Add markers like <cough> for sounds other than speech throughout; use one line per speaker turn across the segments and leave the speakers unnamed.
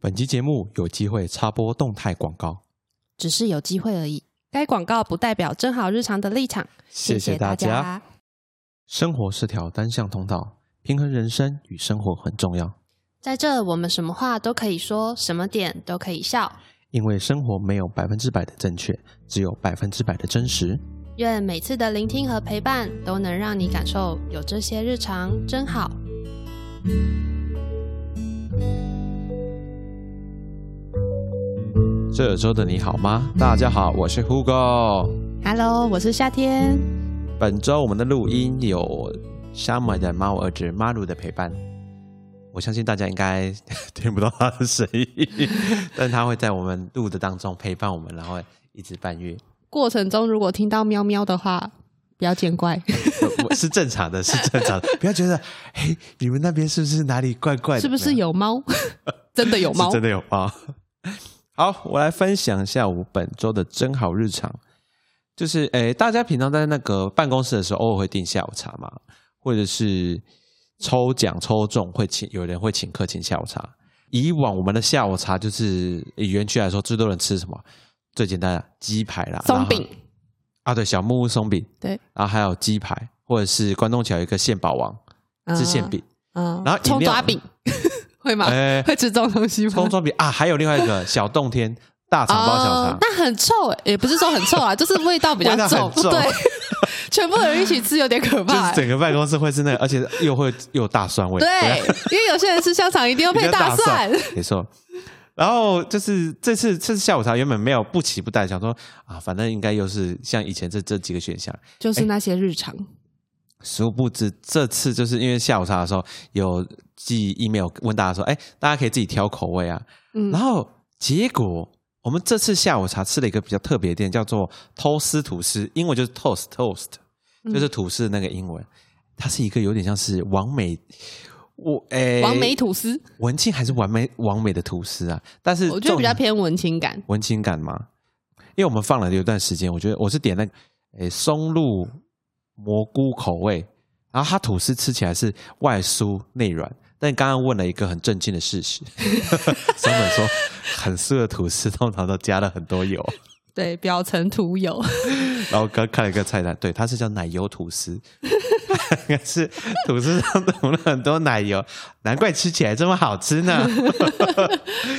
本集节目有机会插播动态广告，
只是有机会而已。
该广告不代表真好日常的立场。
谢
谢
大
家。
生活是条单向通道，平衡人生与生活很重要，
在这，我们什么话都可以说，什么点都可以笑。
因为生活没有百分之百的正确，只有百分之百的真实。
愿每次的聆听和陪伴都能让你感受有这些日常真好。
这周的你好吗？大家好，我是 Hugo。
Hello，我是夏天。
本周我们的录音有沙姆的猫儿子马鲁的陪伴，我相信大家应该 <laughs> 听不到他的声音，但他会在我们录的当中陪伴我们，然后一直伴乐，
过程中如果听到喵喵的话，不要见怪，
我 <laughs> 我是正常的，是正
<laughs>
常的，不要觉得嘿，你们那边是不是哪里怪怪的？
是不是有猫？真的有
<laughs> 是
猫？
真的有猫。好，我来分享一下我本周的真好日常，就是诶，大家平常在那个办公室的时候，偶尔会订下午茶嘛，或者是抽奖抽中会请有人会请客请下午茶。以往我们的下午茶就是以园区来说，最多人吃什么？最简单的鸡排啦，
松饼
然后啊，对，小木屋松饼，
对，
然后还有鸡排，或者是关东桥有一个汉堡王是馅啊饼，
嗯
然后饮料
啊葱抓饼 <laughs> 会吗？
哎
会吃这种东西吗？
葱抓饼啊，还有另外一个小洞天大肠包小肠
哦，，那很臭欸，也不是说很臭
<laughs>
啊，就是味道比较
味道
重，
很重
对， <laughs> 全部人一起吃有点
<laughs>
可
就
怕
是
欸。
整个办公室会是那个，而且又会又有大蒜味，
对，因为有些人吃香肠一定要
比
配
较大哎
蒜，
没错。然后就是这次这次下午茶原本没有不期不待，想说啊，反正应该又是像以前这这几个选项，
就是那些日常。
殊不知这次就是因为下午茶的时候有寄 email 问大家说，哎，大家可以自己挑口味啊。
嗯
然后结果我们这次下午茶吃了一个比较特别的店，叫做偷丝吐司，英文就是 toast toast，就是
嗯
吐司的那个英文。它是一个有点像是完美，我诶，
王梅吐司，
文青还是完美完美的吐司啊？但是
我觉得
重
比较偏文青感。
文青感嘛，因为我们放了有一段时间，我觉得我是点那个诶松露蘑菇口味，然后它吐司吃起来是外酥内软。但刚刚问了一个很震惊的事实，松本说很酥的吐司通常都加了很多油，
对，表层涂油，
然后刚看了一个菜单，对，它是叫奶油吐司， <laughs> 应该是吐司上涂了很多奶油，难怪吃起来这么好吃呢。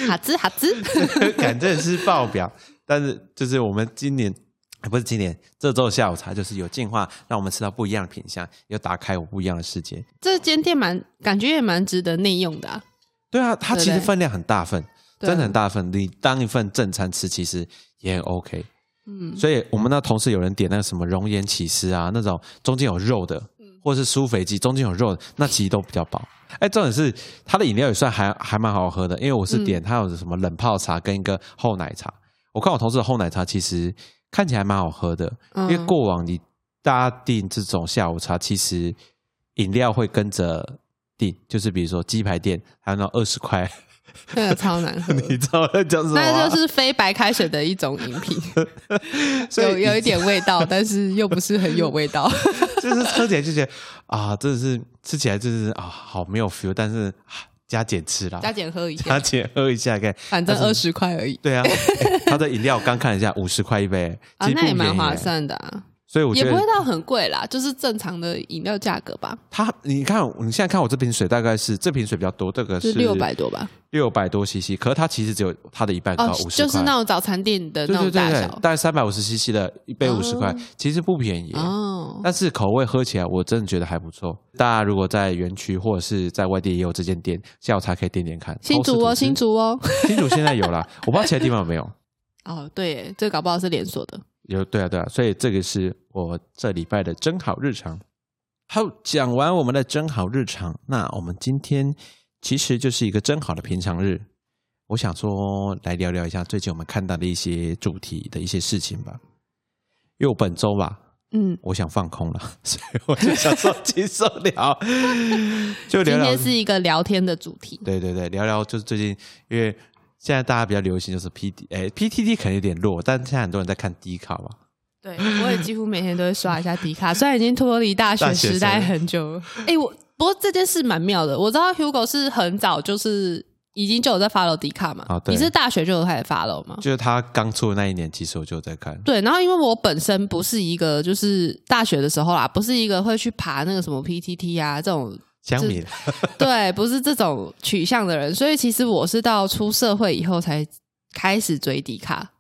哈兹哈 <laughs> 兹，
<laughs> 感真的是爆表。但是就是我们今年，哎不是今年，这周的下午茶就是有进化，让我们吃到不一样的品相，又打开我不一样的世界。
这间店蛮感觉也蛮值得内用的、啊。
对啊，它
对
其实
对
分量很大份，
对啊
真的很大份。你当一份正餐吃，其实也很 OK。
嗯，
所以我们那同事有人点那个什么熔岩起司啊，那种中间有肉的，
嗯
或者是酥肥鸡中间有肉的，那其实都比较饱。哎，重点是它的饮料也算还还蛮好喝的，因为我是
嗯
点它有什么冷泡茶跟一个厚奶茶。我看我同事的厚奶茶其实看起来蛮好喝的，因
嗯
为过往你大家订这种下午茶，其实饮料会跟着订，就是比如说鸡排店，还有那二十块， <laughs>
那个超难喝，
你啊知道我在讲什么吗？
那就是非白开水的一种饮品，
<laughs> 所以
有有一点味道，但是又不是很有
<laughs>
味道。
就是喝起来就觉得啊，真的是吃起来就是啊，好没有 feel，但是、啊、加减吃啦，
加减喝一下
加，减喝一下看。
反正二十块而已
对啊，欸它的饮料刚看了一下，五十块一杯，
啊
其，实
那也
不便
蛮
宜
划
耶。
算的啊，
所以我
也
觉
不
得
会到很贵啦，就是正常的饮料价格吧，
它，你看你现在看我这瓶水大概是这瓶水比较多，这个
就是六百多吧。
六百多 CC，可是它其实只有它的一半高
哦
呃五，十、
就是那种早餐店的
对
那
对
种
对
大
对，
小
大。概三百五十 CC 的一杯五十块，
哦
其实不便宜耶。
哦，
但是口味喝起来，我真的觉得还不错。大家如果在园区或者是在外地也有这间店，下午茶可以点点看。
新竹哦，新
竹，
竹哦。
新竹现在有啦， <laughs> 我不知道其他地方有没有。
哦，对耶，这搞不好是连锁的。
有对啊对啊，所以这个是我这礼拜的真好日常。好，讲完我们的真好日常，那我们今天其实就是一个真好的平常日。我想说，来聊聊一下最近我们看到的一些主题的一些事情吧。因为我本周吧，
嗯，
我想放空了， <laughs> 所以我就想说轻松聊，就
今
聊聊
天。是一个聊天的主
<laughs>
题。
对对对，聊聊就是最近，因为现在大家比较流行就是 P D，哎，P T T 可能有点弱，但现在很多人在看 D 卡嘛。
对，我也几乎每天都会刷一下迪卡，虽然已经脱离大
大
学
学
时代
生
很久了。哎、我不过这件事蛮妙的，我知道 Hugo 是很早就是已经就有在 follow 迪卡嘛？
啊对
你是大学就有开始 follow 吗？
就是他刚出的那一年，其实我就有在看。
对，然后因为我本身不是一个，就是大学的时候啦，不是一个会去爬那个什么 PTT 啊
<laughs>
这种
相比
对，不是这种取向的人，所以其实我是到出社会以后才开始追迪卡。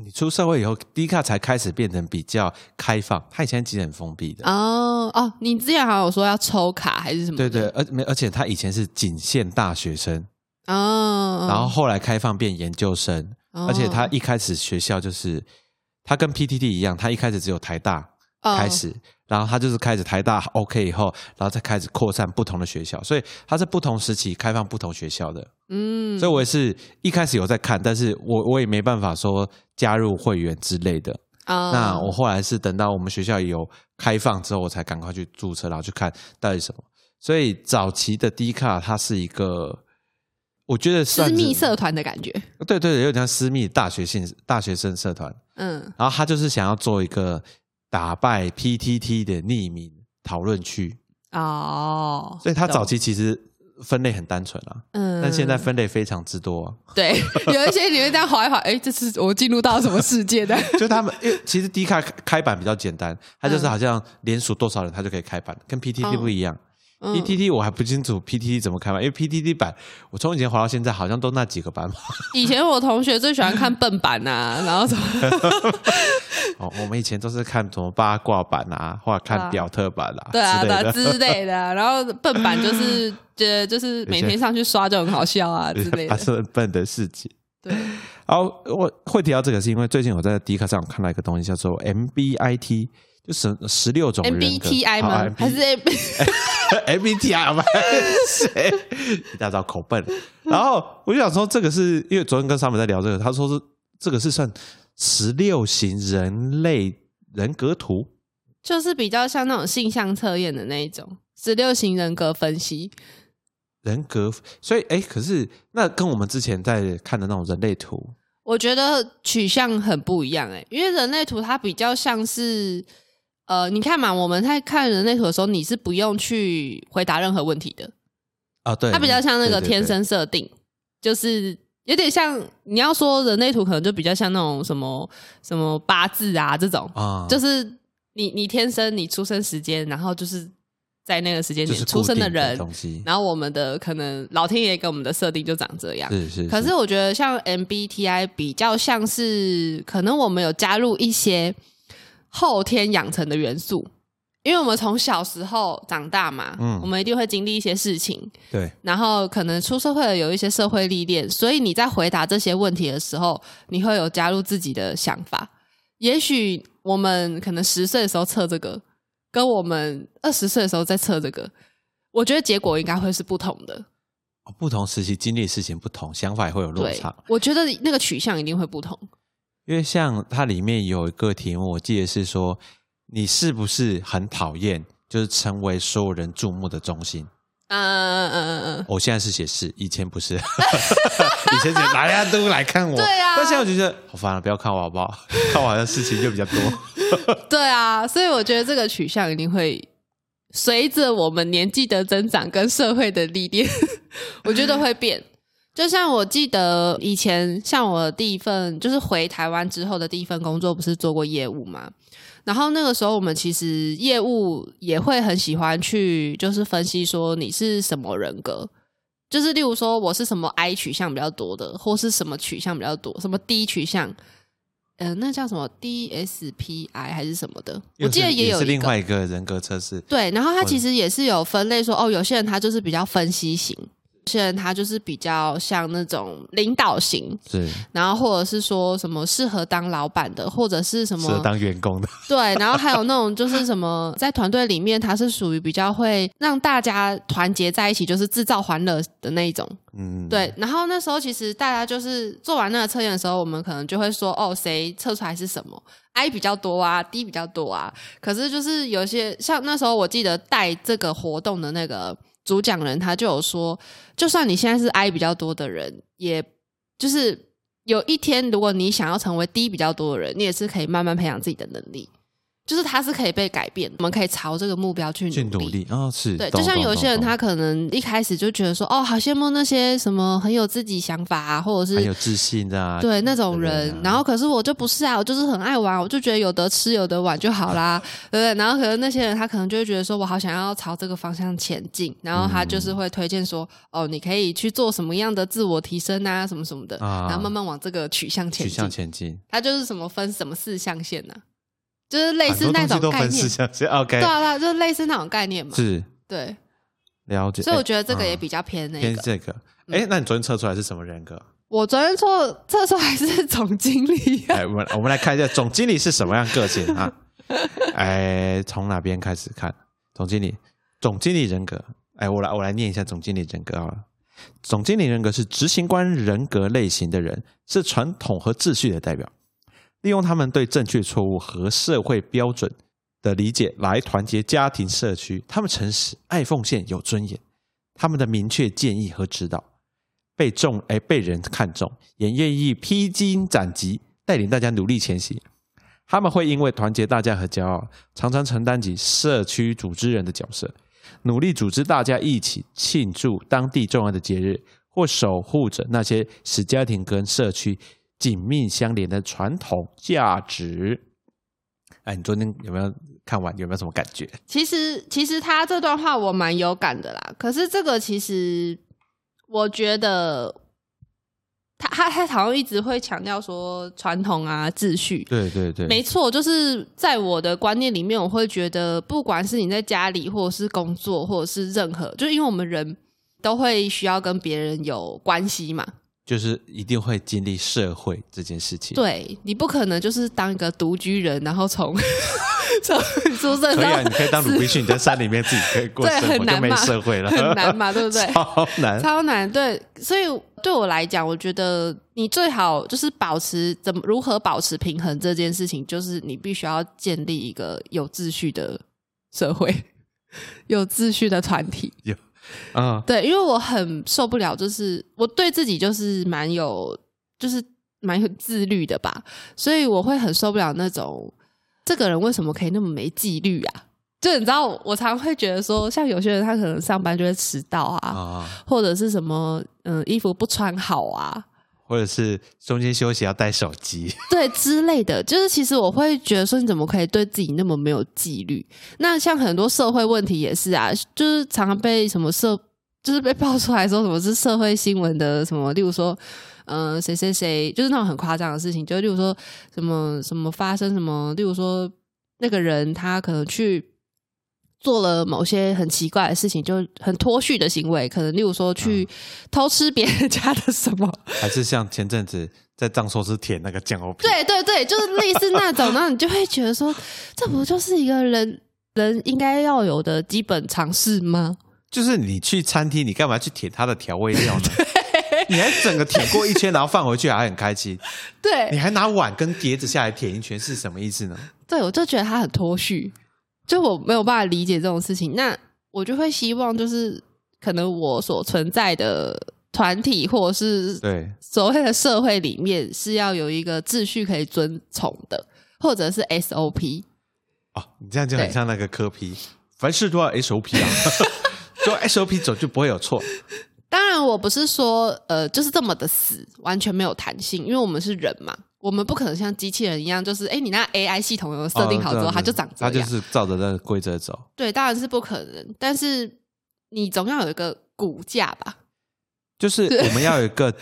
你出社会以后，低卡才开始变成比较开放，他以前其实很封闭的。
哦哦，你之前好像有说要抽卡还是什么
对
的？
对，而没而且他以前是仅限大学生，
哦，
然后后来开放变研究生，
哦
而且他一开始学校就是他跟 PTT 一样，他一开始只有台大
哦
开、始，然后他就是开始台大 OK 以后，然后再开始扩散不同的学校，所以他是不同时期开放不同学校的。
哦嗯，
所以我也是一开始有在看，但是我我也没办法说加入会员之类的。
哦
那我后来是等到我们学校有开放之后，我才赶快去注册，然后去看到底什么。所以早期的 D 卡它是一个，我觉得算
私
是
密社，团的感觉，
对对对，有点像私密大学性大学生社团。
嗯
然后他就是想要做一个打败 PTT 的匿名讨论区，
哦，
所以他
懂
早期其实分类很单纯啊，
嗯，
但现在分类非常之多、啊。
对有一些你会这样划一划，哎，这是我进入到什么世
<laughs>
界的？
就他们，因为其实 D 卡开版比较简单，它就是好像连署多少人，它就可以开版，跟 PTT 不一样。
嗯
PTT 我还不清楚 PTT 怎么开版，因为 PTT 版我从以前滑到现在，好像都那几个版本。 <laughs>
以前我同学最喜欢看笨版啊，然后什么，
哦，我们以前都是看什么八卦版啊，或者看表特版啊
对
之
啊，对
类
啊
的。
之类的啊，然后笨
<laughs>
版就是觉得就是每天上去刷就很好笑啊之类
发
的，
生很笨的事情。
对，
然后我会提到这个，是因为最近我在 D 卡上看到一个东西，叫做 MBIT，就是十六种人格
MBTI
好
吗
，MB？
还是
MBTI <laughs> 吧，谁一大早口笨。然后我就想说，这个是因为昨天跟他们在聊这个，他说是这个是算十六型人类人格图，
<laughs> 就是比较像那种性向测验的那一种十六型人格分析？
人格。所以，哎，可是那跟我们之前在看的那种人类图，
我觉得取向很不一样哎、因为人类图它比较像是。呃，你看嘛，我们在看人类图的时候，你是不用去回答任何问题的，
啊，对，
它比较像那个
对对对
天生设定，就是有点像你要说人类图，可能就比较像那种什么什么八字啊这种，
啊，
就是是你你天生你出生时间，然后就是在那个时间
就
点
是
出生
的
人，
东西，
然后我们的可能老天爷给我们的设定就长这样。
是是。
可是我觉得像 MBTI 比较像是，可能我们有加入一些后天养成的元素，因为我们从小时候长大嘛，
嗯
我们一定会经历一些事情，
对，
然后可能出社会了有一些社会历练，所以你在回答这些问题的时候，你会有加入自己的想法。也许我们可能十岁的时候测这个，跟我们二十岁的时候再测这个，我觉得结果应该会是不同的。
不同时期经历的事情不同，想法也会有落
对
差。，
我觉得那个取向一定会不同。
因为像它里面有一个题目，我记得是说你是不是很讨厌，就是成为所有人注目的中心。
嗯嗯嗯嗯嗯，
我现在是写是，以前
<laughs>
不是，以前觉得大家都来看我，
对啊
但现在我就觉得好烦啊了，不要看我好不好？ <laughs> 看我好像事情就比较多。
对啊，所以我觉得这个取向一定会随着我们年纪的增长跟社会的历练， <laughs> 我觉得会变。就像我记得以前，像我第一份就是回台湾之后的第一份工作，不是做过业务嘛？然后那个时候，我们其实业务也会很喜欢去，就是分析说你是什么人格，就是例如说我是什么 I 取向比较多的，或是什么取向比较多，什么 D 取向，呃，那叫什么 DSPI 还是什么的，我记得
又是
也有
是
一
另
个
外一个人格测试，
对，然后它
或者
其实也是有分类说，哦，有些人他就是比较分析型，有些人他就是比较像那种领导型，
是
然后或者是说什么适合当老板的，或者是什
适合
么
当员工的，
对，然后还有那种就是
<laughs>
什么在团队里面他是属于比较会让大家团结在一起，就是制造欢乐的那一种。
嗯，
对，然后那时候其实大家就是做完那个测验的时候，我们可能就会说，哦，谁测出来是什么？I 比较多啊，D 比较多啊。可是就是有些像那时候，我记得带这个活动的那个主讲人，他就有说，就算你现在是 I 比较多的人，也就是有一天，如果你想要成为 D 比较多的人，你也是可以慢慢培养自己的能力。就是它是可以被改变，我们可以朝这个目标去
去努力啊、哦是。
对，
懂
就像
懂
有
懂
些人
懂
他可能一开始就觉得说，哦，好羡慕那些什么很有自己想法啊，或者
很
是
有自信的啊，
对那
的
种
人
人
啊，
然后可是我就不是啊，我就是很爱玩，我就觉得有得吃有得玩就
<laughs>
好啦，对不对？然后可能那些人他可能就会觉得说我好想要朝这个方向前进，然后他
嗯
就是会推荐说，哦，你可以去做什么样的自我提升啊，什么什么的，
啊
然后慢慢往这个取向前
取向
进。
前进，
他就是什么分什么四象限呐、就是类
很
似
多
那
东西
种
都
概
分四
念，
象限，OK，
对啊，对啊，就是类似那种概念嘛，
是
对。
了解。
所以我
哎
觉得这个也
嗯
比较偏那
偏
个。嗯
这个。哎、那你昨天测出来是什么人格？ <laughs>
我昨天测测出来是总经理、啊， <laughs>
哎，我们我们来看一下总经理是什么样个性啊？哎，从哪边开始看？总经理，总经理人格。哎，我来我来念一下总经理人格好了。总经理人格是执行官人格类型的人，是传统和秩序的代表，利用他们对正确、错误和社会标准的理解来团结家庭、社区。他们诚实、爱奉献、有尊严。他们的明确建议和指导被重哎被人看重，也愿意披荆斩棘，带领大家努力前行。他们会因为团结大家和骄傲，常常承担起社区组织人的角色，努力组织大家一起庆祝当地重要的节日，或守护着那些使家庭跟社区紧密相连的传统价值。哎，你昨天有没有看完？有没有什么感觉？
其实其实他这段话我蛮有感的啦。可是这个其实我觉得他他他好像一直会强调说传统啊秩序，
对对对
没错，就是在我的观念里面，我会觉得，不管是你在家里，或者是工作，或者是任何，就是因为我们人都会需要跟别人有关系嘛，
就是一定会经历社会这件事情。，
对你不可能就是当一个独居人，然
<laughs>
后从从宿舍
可以啊，
到
你可以当鲁滨逊，你在山里面自己可以过
<laughs> 对
生活，
很难
就没
嘛
社会了，
很难
<laughs>
嘛，对不对？
超难。
超难，对，所以对我来讲，我觉得你最好就是保持怎么如何保持平衡这件事情，就是你必须要建立一个有秩序的社会， <laughs> 有秩序的团体。
嗯，
对，因为我很受不了，就是我对自己就是蛮有，就是蛮有自律的吧，所以我会很受不了那种这个人为什么可以那么没纪律啊？就你知道，我常会觉得说，像有些人他可能上班就会迟到啊，
啊，
或者是什么嗯、衣服不穿好啊，
或者是中间休息要带手
<laughs>
机，
对之类的，就是其实我会觉得说，你怎么可以对自己那么没有纪律？那像很多社会问题也是啊，就是常常被什么社，就是被爆出来说什么是社会新闻的什么，例如说，嗯、谁谁谁，就是那种很夸张的事情，就例如说什么什么发生什么，例如说那个人他可能去。做了某些很奇怪的事情，就很脱序的行为，可能例如说去偷吃别人家的什么，
还是像前阵子在藏寿司舔那个酱油片，
对对对，就是类似那种，然后你就会觉得说，这不就是一个人人应该要有的基本常识吗？
就是你去餐厅，你干嘛去舔它的调味料
<laughs>
呢？你还整个舔过一圈，然后放回去，还很开心，你
<laughs> 对，
还拿碗跟碟子下来舔一圈，是什么意思呢？
对我就觉得他很脱序，就我没有办法理解这种事情。那我就会希望，就是可能我所存在的团体或者是
对，
所谓的社会里面，是要有一个秩序可以遵从的，或者是 SOP。
哦，你这样就很
对
像那个科批，凡事都要 SOP
<laughs>
啊，就 SOP 走就不会有错。
当然，我不是说呃，就是这么的死，完全没有弹性，因为我们是人嘛，我们不可能像机器人一样，就是哎，诶你那 AI 系统有设定好之后，
哦
它就长这
它
样。
就是照着那个规则走。
对，当然是不可能，但是你总要有一个骨架吧？
就是
对
我们要有一个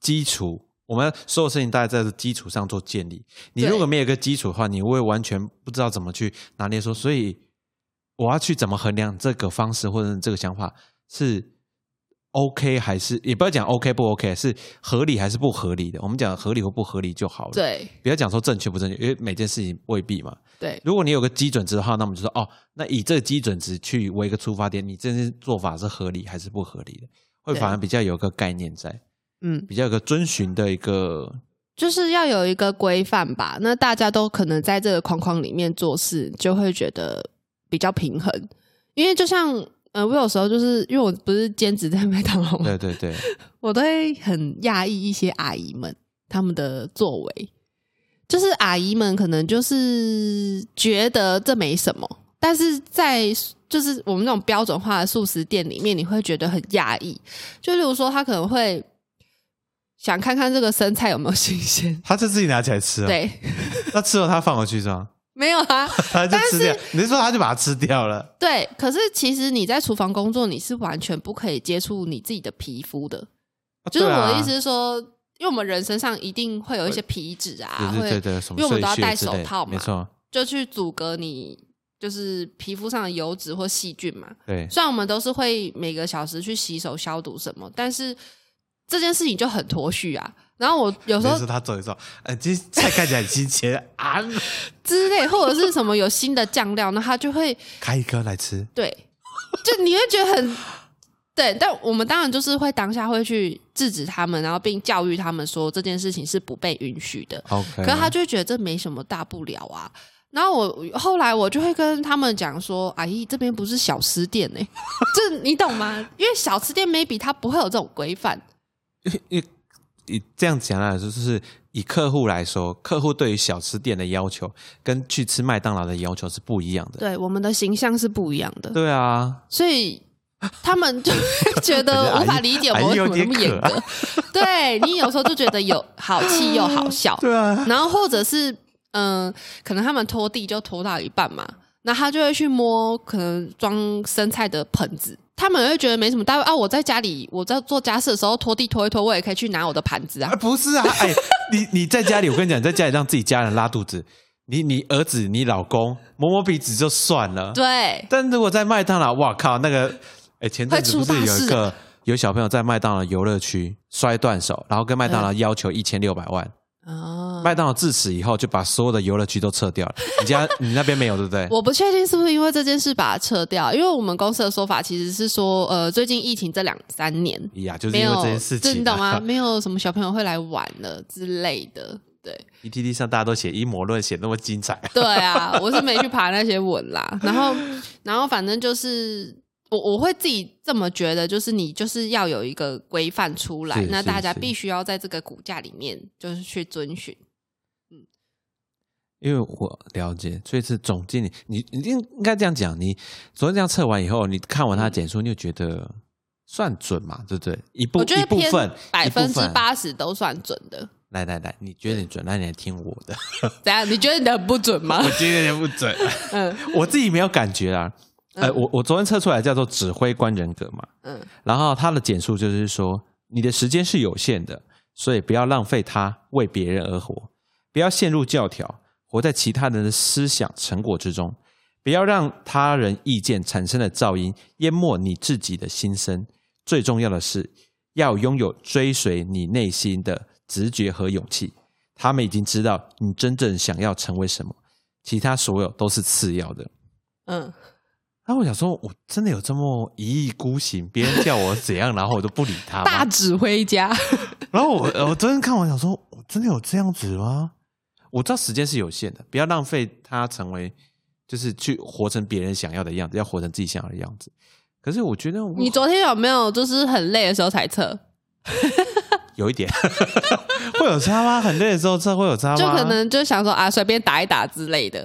基础，我们所有事情大概在这基础上做建立。你
对
如果没有一个基础的话，你会完全不知道怎么去拿捏说，所以我要去怎么衡量这个方式或者这个想法是 OK 还是也不要讲 OK 不 OK，是合理还是不合理的。我们讲合理或不合理就好了，
对
不要讲说正确不正确，因为每件事情未必嘛。
对
如果你有个基准值的话，那我们就说哦，那以这个基准值去为一个出发点，你这件做法是合理还是不合理的，会
对
反而比较有个概念在，
嗯，
比较有个遵循的一个
就是要有一个规范吧。那大家都可能在这个框框里面做事，就会觉得比较平衡。因为就像呃，我有时候就是因为我不是兼职在麦当劳嘛，
对对对，
我都会很讶异一些阿姨们她们的作为，就是阿姨们可能就是觉得这没什么，但是在就是我们那种标准化的素食店里面，你会觉得很压抑。就例如说，他可能会想看看这个生菜有没有新鲜，
<laughs> <laughs> 他就自己拿起来吃、啊，，
对， <laughs>
那吃了他放回去是吗？
没有啊，
他就吃掉，你是说他就把它吃掉了？
对。可是其实你在厨房工作，你是完全不可以接触你自己的皮肤的。 <laughs> 就是我
啊
的意思是说，因为我们人身上一定会有一些皮脂啊，
对啊，对对对
会
对，什么
因为我们都要
碎屑
戴
之类
手
的
套嘛
没错，
就去阻隔你就是皮肤上的油脂或细菌嘛。
对，
虽然我们都是会每个小时去洗手消毒什么，但是这件事情就很脱序啊。然后我有时
所以
候
说他走一走，呃，今天菜看起来很新鲜啊，
之类或者是什么有新的酱料，那它就会
开一颗来吃，
对，就你会觉得很对，但我们当然就是会当下会去制止他们，然后并教育他们说这件事情是不被允许的。
OK，
可是他就会觉得这没什么大不了啊。然后我后来我就会跟他们讲说：“阿姨，这边不是小吃店
<laughs>
呢、这你懂吗？因为小吃店 maybe 它不会有这种规范，
以以这样讲来说，就是以客户来说，客户对于小吃店的要求跟去吃麦当劳的要求是不一样的。
对我们的形象是不一样的，
对啊，
所以他们就会
<laughs>
觉得无法理解我们为什么那么严
阿姨有
格。对你有时候就觉得有好气又好笑，
对啊，
然后或者是嗯、可能他们拖地就拖到一半嘛，那他就会去摸可能装生菜的盆子，他们会觉得没什么大不啊。我在家里我在做家事的时候拖地拖一拖，我也可以去拿我的盘子啊 <laughs>
啊。不是啊， <laughs> 哎，你你在家里，我跟你讲，你在家里让自己家人拉肚子，你你儿子、你老公摸摸鼻子就算了，
对
但如果在麦当劳，哇靠，那个哎，前阵子不
会出
是
大
有一
事
个有小朋友在麦当劳游乐区摔断手，然后跟麦当劳
嗯
要求一千六百万，
啊，
麦当劳自此以后就把所有的游乐区都撤掉
<laughs>
了。你家你那边没有对不对？
我不确定是不是因为这件事把它撤掉，因为我们公司的说法其实是说，呃，最近疫情这两三年
哎呀，就是
没
因为这
有
件事情、啊，
你
<laughs>
懂吗？没有什么小朋友会来玩了之类的，对。
？PTT E 上大家都写阴谋论，写那么精彩，
<laughs> 对啊，我是没去爬那些文啦。然后，然后反正就是我我会自己这么觉得，就是你就是要有一个规范出来
是，
那
是
大家
是
必须要在这个骨架里面就是去遵循。
因为我了解，所以是总经理，你你应应该这样讲，你昨天这样测完以后，你看完他的简述，你就觉得算准嘛，对不对？一部
我觉
一
得
部
偏
分
百
一部
分之
分
八十都算准的。
来来来，你觉得你准，那你来听我
<laughs>
的。
怎样？你觉得你的很不准
<laughs>
吗
我？觉得有点不准，
嗯
我自己没有感觉啦。呃，
嗯
我我昨天测出来叫做指挥官人格嘛，
嗯，
然后他的简述就是说，你的时间是有限的，所以不要浪费它为别人而活，不要陷入教条，活在其他人的思想成果之中，不要让他人意见产生的噪音淹没你自己的心声。最重要的是，要拥有追随你内心的直觉和勇气。他们已经知道你真正想要成为什么，其他所有都是次要的。
嗯，
然后我想说，我真的有这么一意孤行？别人叫我怎样，然后我都不理他
大
吗？
指挥家。
然后我呃我昨天看完想说，我真的有这样子吗？我知道时间是有限的，不要浪费它成为就是去活成别人想要的样子，要活成自己想要的样子。可是我觉得我
你昨天有没有就是很累的时候才测？
有一点 <laughs> 会有差吗？很累的时候这会有差吗？
就可能就想说啊，随便打一打之类的。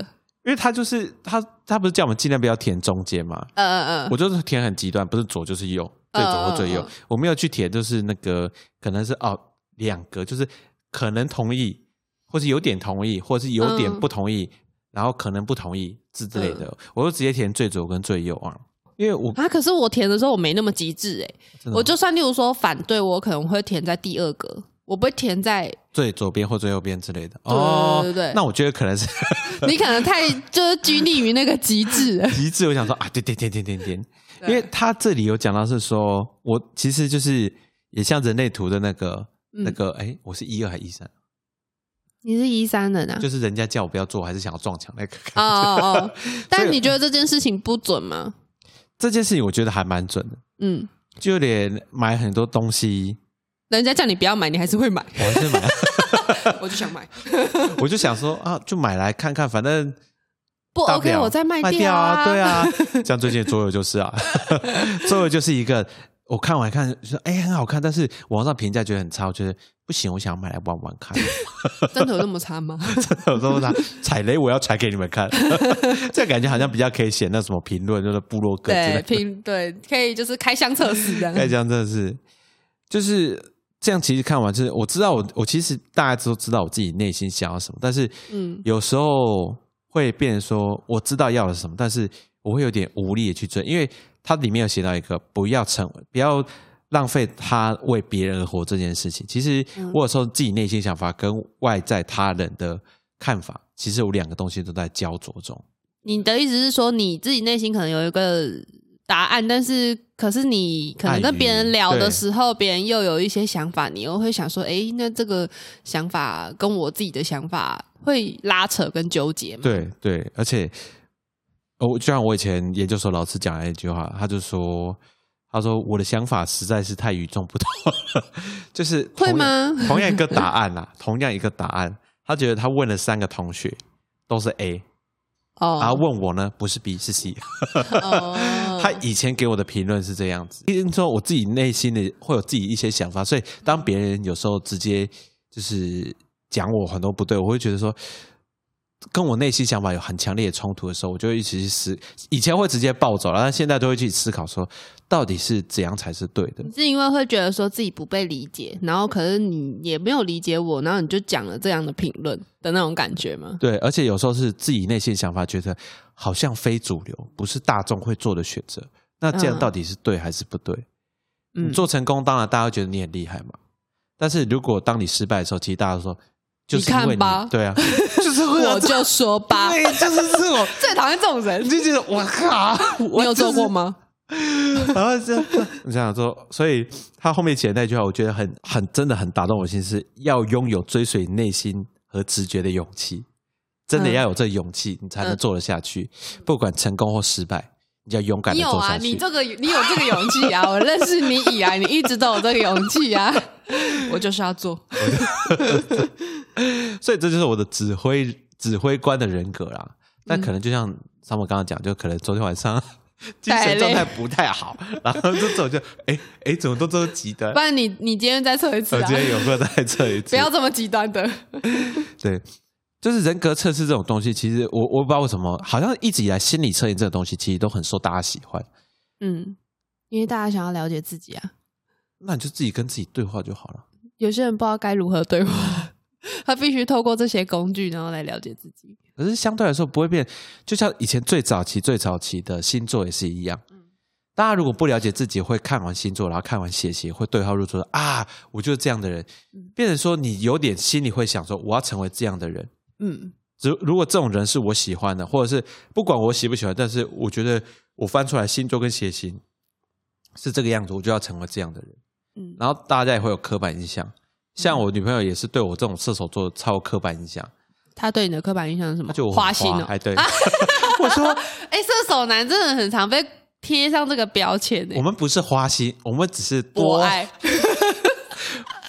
因为他就是他他不是叫我们尽量不要填中间嘛，
嗯嗯嗯 <laughs>
我就是填很极端，不是左就是右，最左或最右。
嗯嗯嗯
我没有去填，就是那个可能是哦两个，就是可能同意，或是有点同意，或是有点
嗯
不同意，然后可能不同意之之类的。我就直接填最左跟最右啊，因为我
啊，可是我填的时候我没那么极致哎、
真的
我就算例如说反对，我可能会填在第二格，我不会填在 <laughs>
最左边或最右边之类的。
对
哦，
对对
那我觉得可能是
你可能太就是拘泥于那个极致 <laughs> 了。
极致。我想说啊，对对对对对对。因
对
为他这里有讲到是说，我其实就是也像人类图的那个、
嗯
那个，哎，我是一二还是一三？
你是一三人 <laughs> 啊？
就是人家叫我不要做，还是想要撞墙那个感觉。
哦 <laughs> 哦哦！但
个
你觉得这件事情不准吗？
这件事情我觉得还蛮准的，
嗯，
就连买很多东西，，
人家叫你不要买，你还是 <laughs> 会买
我还是买，
我就想买。
我就想说啊，就买来看看，反正
不
大
OK，
了
我再卖
卖掉
啊。
<laughs> 对，啊，像最近的桌游就是啊，桌游就是一个我看完看就说，哎、很好看，但是网上评价觉得很差，我觉得不行，我想要买来玩玩看。
<laughs>
<laughs>
真的有那么差吗？
我说他踩雷，我要踩给你们看。 <laughs> 这感觉好像比较可以写那什么评论，就是部落格之类的，。
<laughs> 对拼对，可以就是开箱测试这样。
盖江真的是，就是这样。其实看完，就是我知道我我其实大家都知道我自己内心想要什么，但是
嗯
有时候会变成说我知道要了什么，但是我会有点无力的去追，因为它里面有写到一个不要成为，不要浪费他为别人而活这件事情。其实
嗯
我有时候自己内心想法跟外在他人的看法，其实我两个东西都在焦灼中。
你的意思是说，你自己内心可能有一个答案，但是可是你可能
碍
跟
于
别人聊的
对
时候，别人又有一些想法，你又会想说，诶，那这个想法跟我自己的想法会拉扯跟纠结吗？
对对，而且我就像我以前研究所老师讲的一句话，他就说：“他说我的想法实在是太与众不同了，就是
会
同样 <laughs>
吗
同样一个答案啦、同样一个答案，他觉得他问了三个同学都是 A，然后
哦，
问我呢不是 B 是 C。啊
哦
<laughs> 他以前给我的评论是这样子，因为说我自己内心的会有自己一些想法，所以当别人有时候直接就是讲我很多不对，我会觉得说跟我内心想法有很强烈的冲突的时候，我就会一直去思，以前会直接暴走了，但现在都会去思考说到底是怎样才是对的
你。是因为会觉得说自己不被理解，然后可是你也没有理解我，然后你就讲了这样的评论的那种感觉吗？
对，而且有时候是自己内心想法，觉得好像非主流，不是大众会做的选择。那这样
嗯
到底是对还是不对？
嗯
你，做成功，当然大家会觉得你很厉害嘛。但是如果当你失败的时候，其实大家都说，就是因为
你看吧 <laughs>
对啊，就是会有
我就说吧，
对，就是这种，
最讨厌这种
你
人。
就觉得我靠，我
你有做
就是
过？吗？
然后这样，你想说，所以他后面写的那句话，我觉得很很真的很打动我心，是要拥有追随内心和直觉的勇气，真的
嗯
要有这勇气，你才能
嗯
做得下去，不管成功或失败，你要勇敢
你
的
嗯有
做
啊，
下
你
去。
这个你有这个勇气
<laughs>
啊！我认识你以来，你一直都有这个勇气啊！ <laughs> 我就是要
<laughs>
做，
所以这就是我的指挥
啊
指挥官的人格啦。但可能就像他们刚刚讲，就可能昨天晚上精
太
神
累
状态不太好，然后这种就哎哎，怎么都这么急的
不？然你你今天再测一次
我
啊
今！天有空再测一次。
不要这么极端
<laughs>
的，
对，就是人格测试这种东西，其实我我不知道为什么，好像一直以来心理测验这个东西其实都很受大家喜欢。
嗯，因为大家想要了解自己啊。
那你就自己跟自己对话就好了。
有些人不知道该如何对话， <laughs> 他必须透过这些工具，然后来了解自己。
可是相对来说不会变，就像以前最早期最早期的星座也是一样。大家如果不了解自己，会看完星座，然后看完血型，会对号入座啊，我就是这样的人，变成说你有点心里会想说，我要成为这样的人。
嗯，
如如果这种人是我喜欢的，或者是不管我喜不喜欢，但是我觉得我翻出来星座跟血型是这个样子，我就要成为这样的人。
嗯
然后大家也会有刻板印象，像我女朋友也是对我这种射手座超有刻板印象，
他对你的刻板印象是什么
她觉得？我很
花心哦、
哎对， <laughs> 我说
哎、射手男真的很常被贴上这个标签呢、
我们不是花心，我们只是多
博爱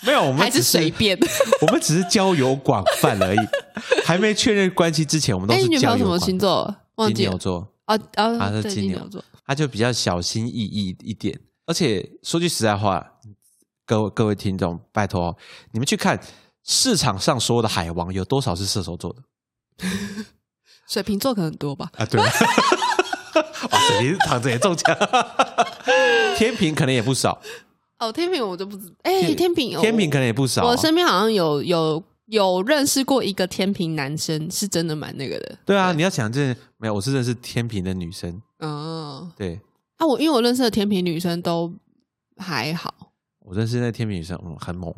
没有，我们
还
只
是
是
随，便？
<laughs> 我们只是交友广泛而已，还没确认关系之前，我们都
哎、
是
你女朋
交
友什
友
么
广
星
泛。
座？忘记
金
了
牛。座，
哦哦，
她是
对，
金
金
牛
牛座。
他就比较小心翼翼一点。而且说句实在话，各位各位听众，拜托哦、你们去看市场上所有的海王，有多少是射手座的
水瓶座可能多吧，
啊？ <laughs> 对，哇，水瓶躺着也中枪， <laughs> 天平可能也不少，
哦，天平我就不知，哎、
天
天平，
天平可能也不
我
少、啊哦
我身边好像有有有认识过一个天平男生，是真的蛮那个的，
对啊，你要想这没有，我是认识天平的女生，
哦，
对
啊，我因为我认识的天平女生都还好，
我认识那天平女生，嗯，很猛，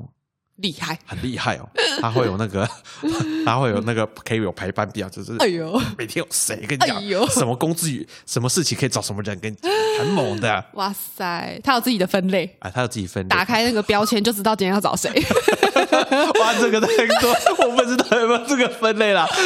厉
<laughs>
害，
很厉害哦，她会有那
<laughs>
个，她会有那个可以有排班表，就是
哎呦，
每天有谁跟你讲、
哎呦
什么工具、什么事情可以找什么人，跟你讲很猛的啊，
哇塞，他有自己的分类。
他要自己分类
打，开那个标签就知道今天要找谁，
<laughs> 哇，这个太多， <laughs> 我不知道有没有这个分类啦。 <laughs>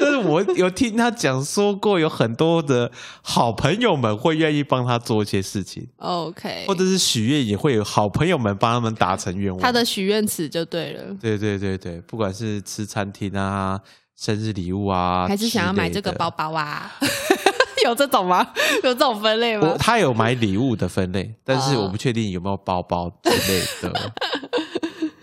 但是我有听他讲说过，有很多的好朋友们会愿意帮他做一些事情，
OK，
或者是许愿也会有好朋友们帮他们达成愿望。
他的许愿池就对了，
对对对对，不管是吃餐厅啊、生日礼物啊，
还是想要买这个包
包。
包啊？ <laughs> 有这种吗？有这种分类吗
我？他有买礼物的分类，但是
哦
我不确定有没有包包之类的。 <laughs>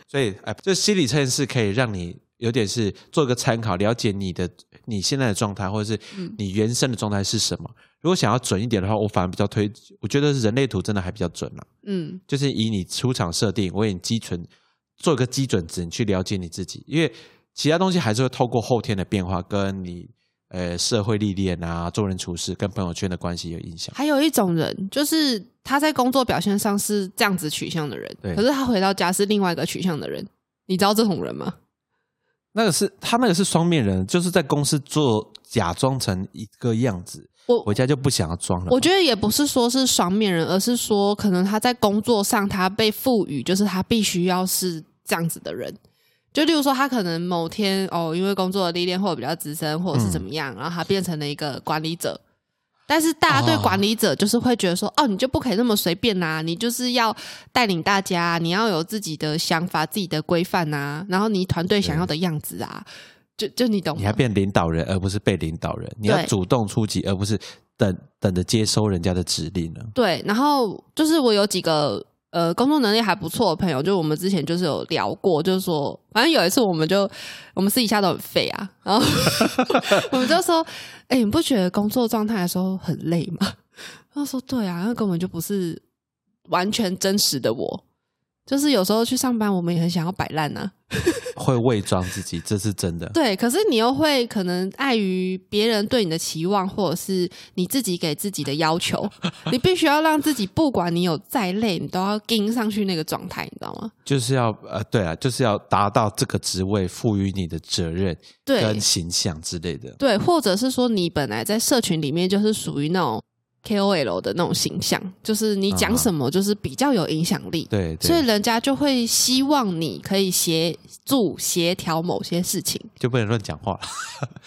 所以，哎，就心理测验是可以让你有点是做一个参考，了解你的你现在的状态，或者是你原生的状态是什么。如果想要准一点的话，我反而比较推，我觉得人类图真的还比较准啦、
嗯，
就是以你出厂设定为你基准，做一个基准值，你去了解你自己，因为其他东西还是会透过后天的变化，跟你呃社会历练啊、做人处事、跟朋友圈的关系有影响。
还有一种人，就是他在工作表现上是这样子取向的人，
对
可是他回到家是另外一个取向的人。你知道这种人吗？
那个是他那个是双面人，就是在公司做假装成一个样子，
我
回家就不想要装了。
我觉得也不是说是双面人，而是说可能他在工作上他被赋予，就是他必须要是这样子的人。就例如说，他可能某天哦，因为工作的历练或者比较资深，或者是
嗯
怎么样，然后他变成了一个管理者。但是大家对
哦
管理者就是会觉得说，哦你就不可以那么随便呐、你就是要带领大家，你要有自己的想法、自己的规范呐，然后你团队想要的样子啊，就就你懂吗？
你要变领导人，而不是被领导人。你要
对
主动出击，而不是等等着接收人家的指令呢、
对，然后就是我有几个呃工作能力还不错的朋友，就我们之前就是有聊过，就是说，反正有一次我们就我们私底下都很废啊，然后 <laughs> 我们就说，哎、你不觉得工作状态的时候很累吗？ <laughs> 他说对啊，那根本就不是完全真实的我，就是有时候去上班，我们也很想要摆烂啊。
会伪装自己，这是真的。
对，可是你又会可能碍于别人对你的期望，或者是你自己给自己的
<laughs>
要求，你必须要让自己，不管你有再累，你都要盯上去那个状态，你知道吗？
就是要呃，对啊，就是要达到这个职位赋予你的责任
对
跟形象之类的。
对，或者是说你本来在社群里面就是属于那种 KOL 的那种形象，就是你
嗯
讲什么就是比较有影响力，
对
所以
对，
人家就会希望你可以协助协调某些事情。
就不能乱讲话了。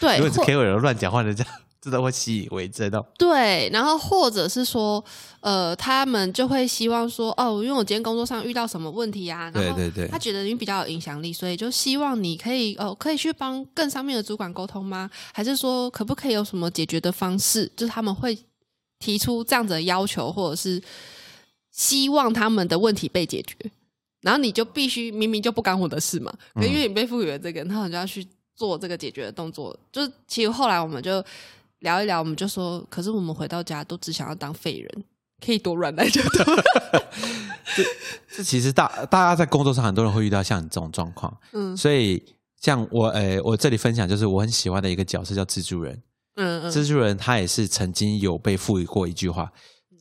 对，
如果你是
或
KOL 乱讲话，人家 <laughs> 真的会习以为真哦。
对，然后或者是说，呃，他们就会希望说，哦，因为我今天工作上遇到什么问题啊，然
对
后
对对
他，觉得你比较有影响力，所以就希望你可以，哦，可以去帮更上面的主管沟通吗？还是说，可不可以有什么解决的方式？就是他们会提出这样子的要求，或者是希望他们的问题被解决，然后你就必须明明就不干我的事嘛，可是因为你被赋予了这个，然后你就要去做这个解决的动作。就是其实后来我们就聊一聊，我们就说，可是我们回到家都只想要当废人，可以多软烂就多软。
这其实大大家在工作上，很多人会遇到像你这种状况，
嗯
所以。像我，呃，我这里分享就是我很喜欢的一个角色叫蜘蛛人。
嗯嗯，
蜘蛛人他也是曾经有被赋予过一句话：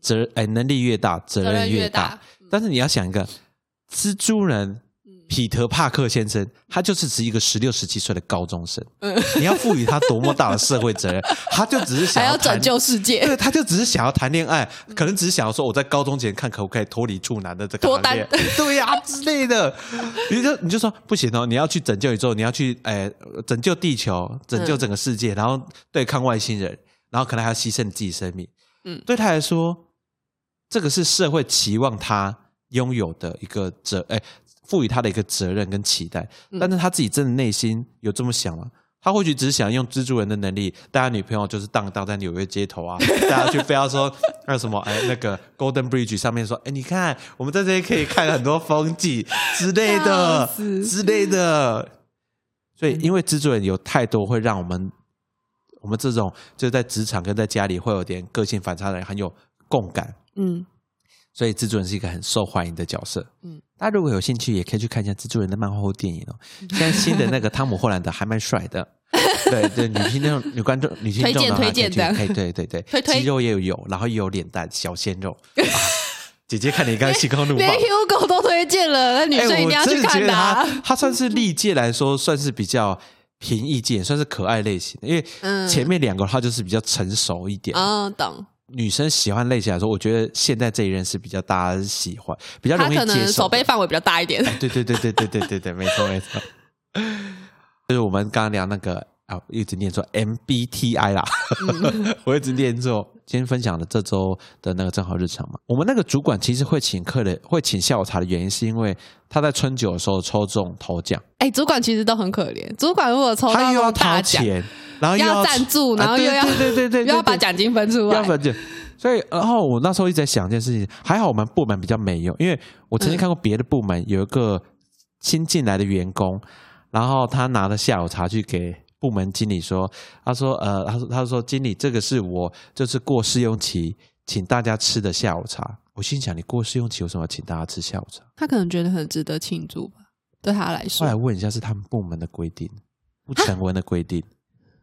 责，哎，能力越大，责任越大。，但是你要想一个蜘蛛人
嗯
彼得·帕克先生，他就是只是一个十六、十七岁的高中生，
嗯
你要赋予他多么大的社会责任，他就只是想
<laughs> 还要
谈
拯救世界，
对，他就只是想要谈恋爱，
嗯
可能只是想要说，我在高中前看可不可以脱离处男的这个
脱
行
<laughs>
列，对呀、之类的。你就你就说不行哦，你要去拯救宇宙，你要去呃拯救地球，拯救整个世
嗯
界，然后对抗外星人，然后可能还要牺牲你自己生命。
嗯
对他来说，这个是社会期望他拥有的一个责，哎、赋予他的一个责任跟期待。
嗯
但是他自己真的内心有这么想吗？他或许只是想用蜘蛛人的能力带他女朋友，就是荡荡在纽约街头啊，带他去非要说那什么哎那个 Golden Bridge 上面说哎你看我们在这里可以看很多风景之类的
笑死
之类的。所以因为蜘蛛人有太多会让我们我们这种就是在职场跟在家里会有点个性反差的人很有共感，
嗯，
所以蜘蛛人是一个很受欢迎的角色。嗯
嗯，
大家如果有兴趣，也可以去看一下蜘蛛人的漫画或电影
<laughs>
哦。现在新的那个汤姆·霍兰德还蛮帅的。对对，女听
<laughs>
众、女观众、女听众的话
推荐推荐
可以去哎，对对对，
推推
肌肉也有，然后也有脸蛋，小鲜肉。 <laughs> 啊姐姐看你刚刚心高怒放
连，Hugo 都推荐了，那女
哎，
生一定要
我
去
真的觉
看
得
的、啊。
<laughs> 他他算是历届来说算是比较平易近人，算是可爱类型的，因为
嗯
前面两个他就是比较成熟一点，
嗯，懂。
女生喜欢类型来说，我觉得现在这一任是比较大家喜欢，比较
他
容易
可
接
能
受
手
的。哎
背范围比较大一点。
对对对对对对对对，没错没错。 <laughs> 就是我们刚刚聊那个啊，一直念错 MBTI 啦，
嗯
<laughs> 我一直念错。今天分享的这周的那个正好日常嘛，我们那个主管其实会请客的，会请下午茶的原因是因为他在春酒的时候抽中头奖，
哎、主管其实都很可怜，主管如果抽到
他
那
又要
种
掏
大奖，
钱，然后又
要
吃
赞助
啊
然后又
对
要
对对对对，
又要把
对
奖金分出来
要，分就，所以，然嗯后我那时候一直在想一件事情，还好我们部门比较没有，因为我曾经看过别的部门有一个新进来的员工，然后他拿着下午茶去给部门经理说，他说，呃，他说，他说，经理，这个是我就是过试用期，请大家吃的下午茶。我心想，你过试用期有什么要请大家吃下午茶？
他可能觉得很值得庆祝吧，对他来
后来
说，
问一下，是他们部门的规定，不成文的规定。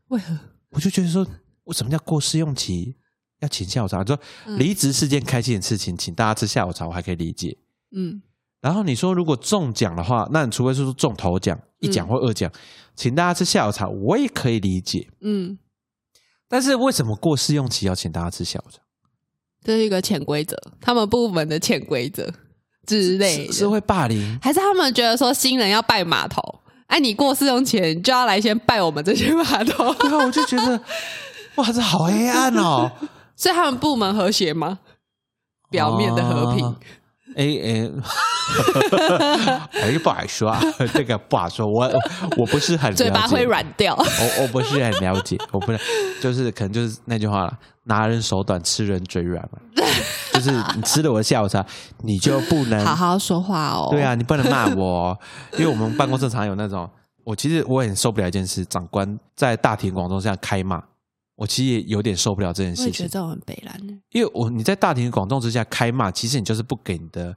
为何？
我就觉得说，我什么叫过试用期要请下午茶？就
嗯
离职是件开心的事情，请大家吃下午茶，我还可以理解。
嗯，
然后你说如果中奖的话，那你除非是说中头奖一
嗯
奖或二奖，请大家吃下午茶，我也可以理解。
嗯，
但是为什么过试用期要请大家吃下午茶
这是一个潜规则，他们部门的潜规则之类
是是
的，
会霸凌？
还是他们觉得说新人要拜码头，哎，你过试用前就要来先拜我们这些码头，
对啊，我就觉
<laughs>
得哇，这好黑暗哦。
所以他们部门和谐吗？ <laughs> 表面的和平，
哦哎 <laughs> 哎，哎，不好说啊， <laughs> 这个不好说，我我不是很了解
嘴巴会软掉。
我我不是很了解，我不是，就是可能就是那句话了，拿人手短，吃人嘴软
<laughs>
嘛。就是你吃了我的下午茶，你就不能
好好说话哦。
嗯对啊，，你不能骂我、哦，因为我们办公室常有那种，我其实我很受不了一件事，长官在大庭广众下开骂，我其实也有点受不了这件
我
事
也觉
情
得，这种很欸北蓝。
因为我你在大庭广众之下开骂，其实你就是不给你的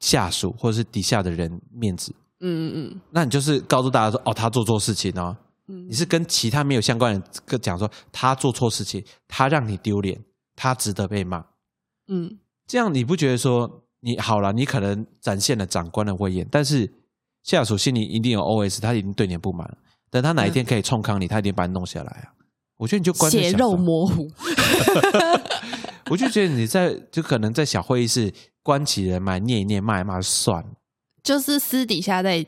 下属或者是底下的人面子，
嗯嗯
那你就是告诉大家说，哦，他做错事情哦，
嗯
你是跟其他没有相关人跟讲说他做错事情，他让你丢脸，他值得被骂。
嗯
这样你不觉得说你好了，你可能展现了长官的威严，但是下属心里一定有 OS，他已经对你不满了。等他哪一天可以冲康你，他一定把你弄下来啊！我觉得你就
嗯，
关在
血
小
肉
房
模糊。 <laughs>
我就觉得你在就可能在小会议室关起人来念一念骂一骂就算了。
就是私底下在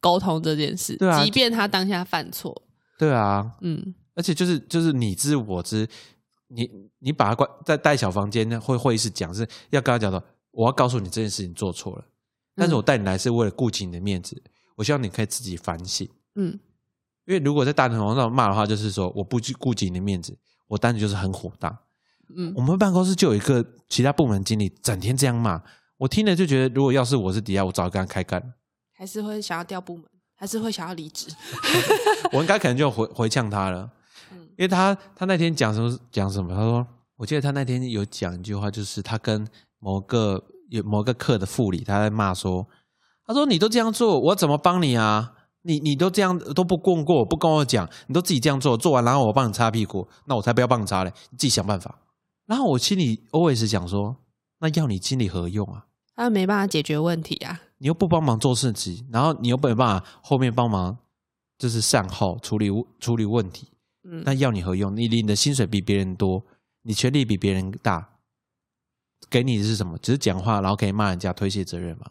沟通这件事，
对啊
即便他当下犯错，
对啊，
嗯，
而且就是就是你知我知，你你把他关在带小房间会会议室讲，是要跟他讲的，我要告诉你这件事情做错了，但是我带你来是为了顾及你的面子，我希望你可以自己反省。
嗯
因为如果在大庭广众上骂的话，就是说我不去顾及你的面子，我单纯就是很火大。
嗯
我们办公室就有一个其他部门经理整天这样骂，我听了就觉得，如果要是我是底下，我早就跟他开干，
还是会想要调部门，还是会想要离职。
我应该可能就回回呛他了。
嗯
因为他他那天讲什么讲什么，他说，我记得他那天有讲一句话，就是他跟某个有某个课的副理他在骂说，他说你都这样做，我怎么帮你啊？你你都这样都不问过我，不跟我讲，你都自己这样做，做完然后我帮你擦屁股，那我才不要帮你擦嘞，你自己想办法。然后我心里 always 想说，那要你经理何用啊？
他没办法解决问题啊，
你又不帮忙做事情，然后你又没办法后面帮忙，就是善后处理处理问题，
嗯
那要你何用？你领的薪水比别人多，你权力比别人大，给你的是什么？只是讲话，然后可以骂人家、推卸责任嘛？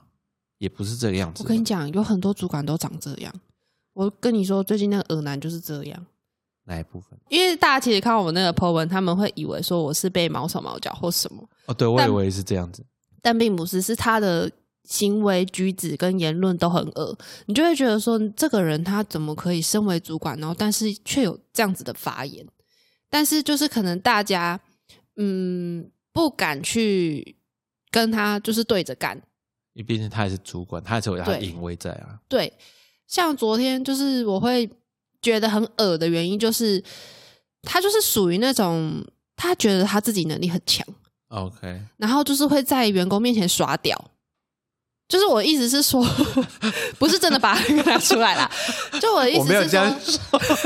也不是这个样子
我
嘛。
跟你讲，有很多主管都长这样。我跟你说，最近那个耳男就是这样，
哪一部分？
因为大家其实看我们那个 po 文，他们会以为说我是被毛手毛脚或什么，
哦，对，我以
但
为是这样子。
但并不是，是他的行为举止跟言论都很恶，你就会觉得说，这个人他怎么可以身为主管，然后但是却有这样子的发言？但是就是可能大家嗯不敢去跟他就是对着干，
因为毕竟他也是主管，他也是有他的
对
隐威在啊。
对，像昨天就是我会觉得很恶的原因，就是他就是属于那种他觉得他自己能力很强。
OK，
然后就是会在员工面前耍屌。就是我的意思是说， <laughs> 不是真的把他拿出来啦。就我的意
我没有
思是
这样
说， <laughs>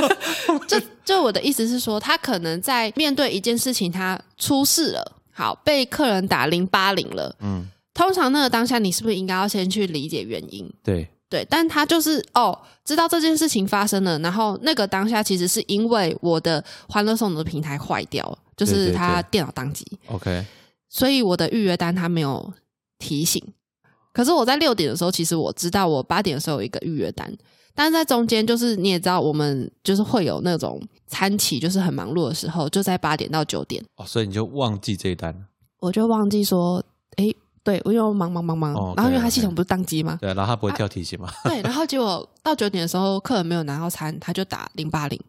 就就我的意思是说，他可能在面对一件事情，他出事了，好被客人打零八零了。
嗯，
通常那个当下，你是不是应该要先去理解原因？
对，
对，但他就是哦，知道这件事情发生了，然后那个当下其实是因为我的欢乐颂的平台坏掉了，就
对
是
对
他
对
电脑宕机。
OK，
所以我的预约单他没有提醒。可是我在六点的时候，其实我知道我八点的时候有一个预约单，但是在中间就是你也知道，我们就是会有那种餐期，就是很忙碌的时候，就在八点到九点，
哦，所以你就忘记这一单了，
我就忘记说，诶，对，我因为我忙忙忙忙，
哦，OK，
然后因为它
OK
系统不是宕
<laughs>
机吗？
对啊，然后他不会跳提醒嘛？
对，然后结果到九点的时候，客人没有拿到餐，他就打零八零，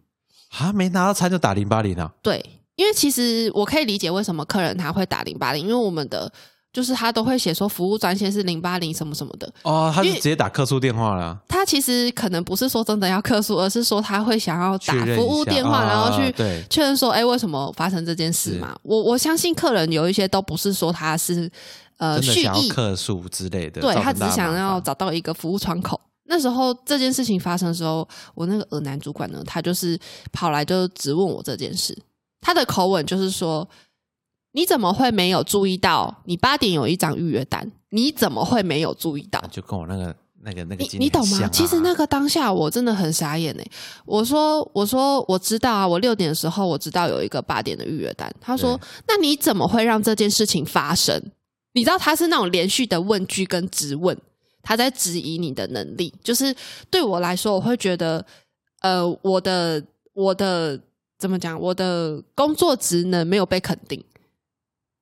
啊，没拿到餐就打零八零啊，
对，因为其实我可以理解为什么客人他会打零八零，因为我们的就是他都会写说服务专线是零八零什么什么的。
哦，他就
因为
直接打客诉电话了，
他其实可能不是说真的要客诉，而是说他会想要打
确认一
服务
下
电话，
啊
然后去
对
确认说，哎、为什么发生这件事嘛？我我相信客人有一些都不是说他是呃
真的
蓄
想
意
要，客诉之类的，
对
造
他
成
只
大
是
家
想
麻
要
烦
找到一个服务窗口。那时候这件事情发生的时候，我那个俄男主管呢，他就是跑来就质问我这件事，他的口吻就是说：“你怎么会没有注意到？你八点有一张预约单，你怎么会没有注意到？”
啊就跟我那个那个那个
你
经理
你懂
很
吗
像？
其实那
啊
个当下我真的很傻眼哎、我说我说我知道啊，我六点的时候我知道有一个八点的预约单。他说
对
那你怎么会让这件事情发生？你知道他是那种连续的问句跟质问，他在质疑你的能力。就是对我来说，我会觉得呃，我的我的怎么讲，我的工作职能没有被肯定。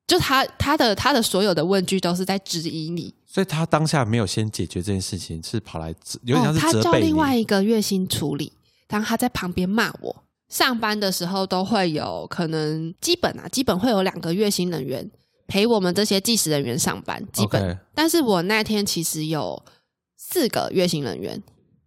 就他他的他的所有的问句都是在质疑你，
所以他当下没有先解决这件事情，是跑来责有点像
哦，他
是责
叫
备你。
另外一个月薪处理，然后他在旁边骂我。上班的时候都会有可能基本啊，基本会有两个月薪人员陪我们这些计时人员上班，基本。
OK
但是我那天其实有四个月薪人员。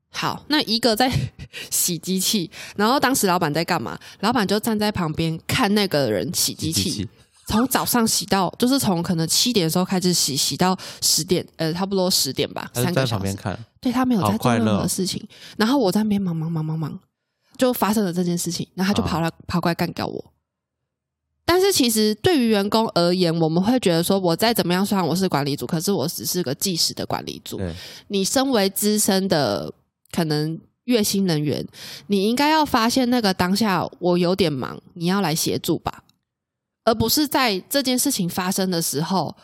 好，那一个在 <laughs> 洗机器，然后当时老板在干嘛？老板就站在旁边看那个人洗机
机
器
器，
从早上洗到就是从可能七点的时候开始洗，洗到十点，呃，差不多十点吧，
他就
三
在旁
个小时
边。看，
对他没有
好
在做
快
任
乐
何事情。然后我在那边忙忙忙忙忙，就发生了这件事情，然后他就
啊
跑来、跑过来干掉我。但是其实对于员工而言，我们会觉得说，我再怎么样，虽然我是管理组，可是我只是个计时的管理组。
对，
你身为资深的可能月薪人员，你应该要发现那个当下我有点忙，你要来协助吧，而不是在这件事情发生的时候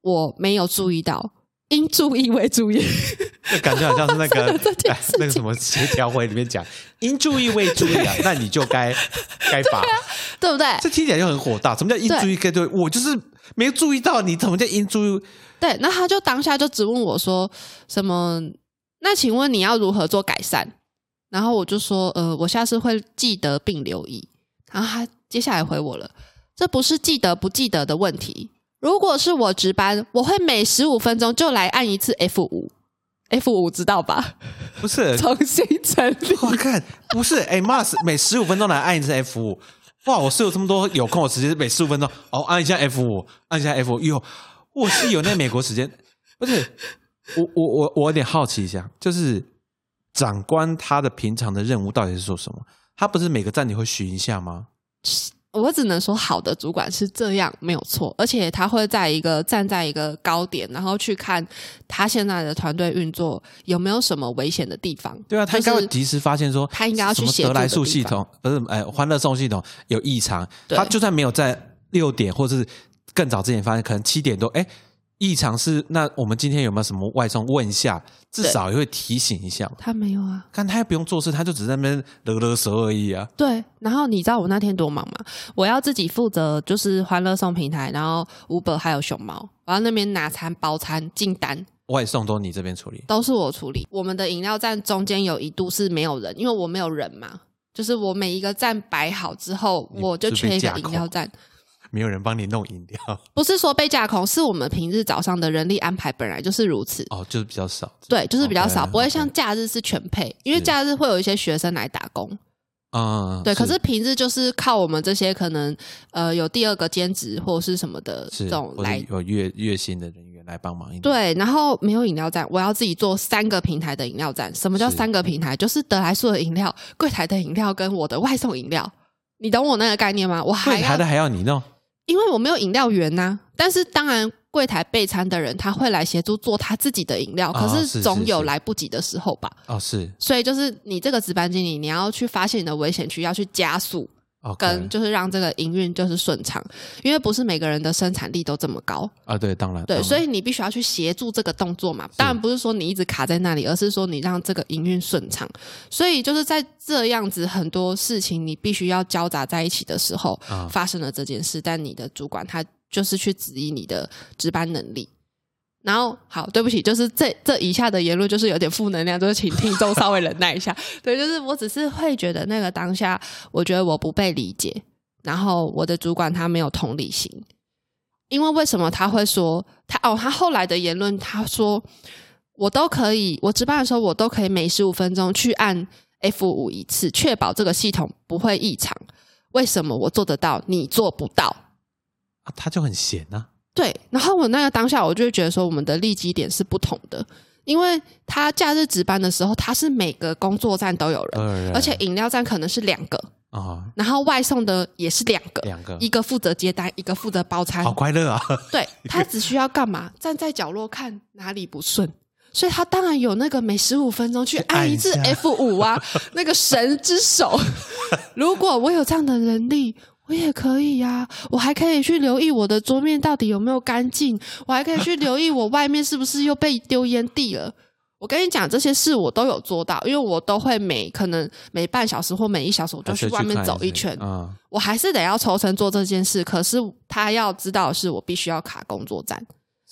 我没有注意到，应注意为注意。
就感觉好像是
<laughs>
那
发生
个
了这件
哎
事情
那个什么协调会里面讲，应注意未注意啊，那你就
<laughs>
该该罚。
<laughs> 对啊不对？
这听起来就很火大，什么叫应注意该对？我就是没注意到你，怎么叫应注意？
对，那他就当下就只问我说什么？那请问你要如何做改善？然后我就说，呃，我下次会记得并留意。然后他接下来回我了，这不是记得不记得的问题。如果是我值班，我会每十五分钟就来按一次 F 五，F 五知道吧？
不是，
重新整理。
我看不是，哎妈，每十五分钟来按一次 F 五，哇，我是有这么多有空的时间，每十五分钟哦，按一下 F 五，按一下 F 五，哟，我是有那美国时间，不是，我我我我有点好奇一下，就是长官他的平常的任务到底是做什么？他不是每个站点会巡一下吗？
我只能说，好的主管是这样没有错，而且他会在一个站在一个高点，然后去看他现在的团队运作有没有什么危险的地方。
对啊，他应该
就
会
是
及时发现说，
他应该要去
什么
协助
德莱
的
素
地
系
方
统不是，哎，欢乐颂系统有异常，
对
他就算没有在六点或是更早之前发现，可能七点多，哎，异常是那我们今天有没有什么外送？问一下，至
对
少也会提醒一下嘛。
他没有啊。
看他也不用做事，他就只在那边勒勒手而已啊。
对，然后你知道我那天多忙吗？我要自己负责就是欢乐颂平台，然后 Uber 还有熊猫，我要那边拿餐、包餐、进单，
外送都你这边处理，
都是我处理。我们的饮料站中间有一度是没有人，因为我没有人嘛，就是我每一个站摆好之后，
你
我就是
被
缺一个
架
饮
空
料站。
没有人帮你弄饮料
不是说被架空，是我们平日早上的人力安排本来就是如此。
哦，就是比较少
对，就是比较
OK，
少，不会
OK
像假日是全配，因为
是
假日会有一些学生来打工。
嗯，
对，可是平日就是靠我们这些可能呃有第二个兼职或是什么的
是
这种
或者
来。
有月月薪的人员来帮忙一点。
对，然后没有饮料站，我要自己做三个平台的饮料站。什么叫
是
三个平台？就是德莱素的饮料、柜台的饮料跟我的外送饮料。你懂我那个概念吗？我还
柜
要
台的还要你弄，
因为我没有饮料员呐、但是当然，柜台备餐的人他会来协助做他自己的饮料，
啊
可
是
是
是
总有
是
来不及的时候吧。
哦，是
所以就是你这个值班经理，你要去发现你的危险区，要去加速，
哦，
跟就是让这个营运就是顺畅，因为不是每个人的生产力都这么高，
啊，对，当然，当
对，
然
所以你必须要去协助这个动作嘛。当然嗯不是说你一直卡在那里，而是说你让这个营运顺畅。所以就是在这样子很多事情你必须要交杂在一起的时候，
啊
发生了这件事，但你的主管他就是去质疑你的值班能力。然后好，对不起，就是这这以下的言论就是有点负能量，就是请听众稍微忍耐一下。 <laughs> 对，就是我只是会觉得那个当下，我觉得我不被理解，然后我的主管他没有同理心，因为为什么他会说他哦，他后来的言论他说我都可以，我值班的时候我都可以每十五分钟去按 F 五一次，确保这个系统不会异常。为什么我做得到，你做不到？
啊，他就很闲呐、
对，然后我那个当下，我就会觉得说，我们的利基点是不同的，因为他假日值班的时候，他是每个工作站都有人，
啊，
而且饮料站可能是两个，
啊，
然后外送的也是两个，
两个
一个负责接单，一个负责包餐
好。快乐
<laughs>
啊，
对他只需要干嘛？站在角落看哪里不顺。所以他当然有那个每十五分钟去按一次
按一下
F 五啊， <laughs> 那个神之 <laughs> 手。如果我有这样的能力，我也可以呀、我还可以去留意我的桌面到底有没有干净，我还可以去留意我外面是不是又被丢烟蒂了。我跟你讲，这些事我都有做到，因为我都会每可能每半小时或每一小时，我
<laughs>
就去外面走一圈。
啊，
我还是得要抽身做这件事。可是他要知道的是，我必须要卡工作站。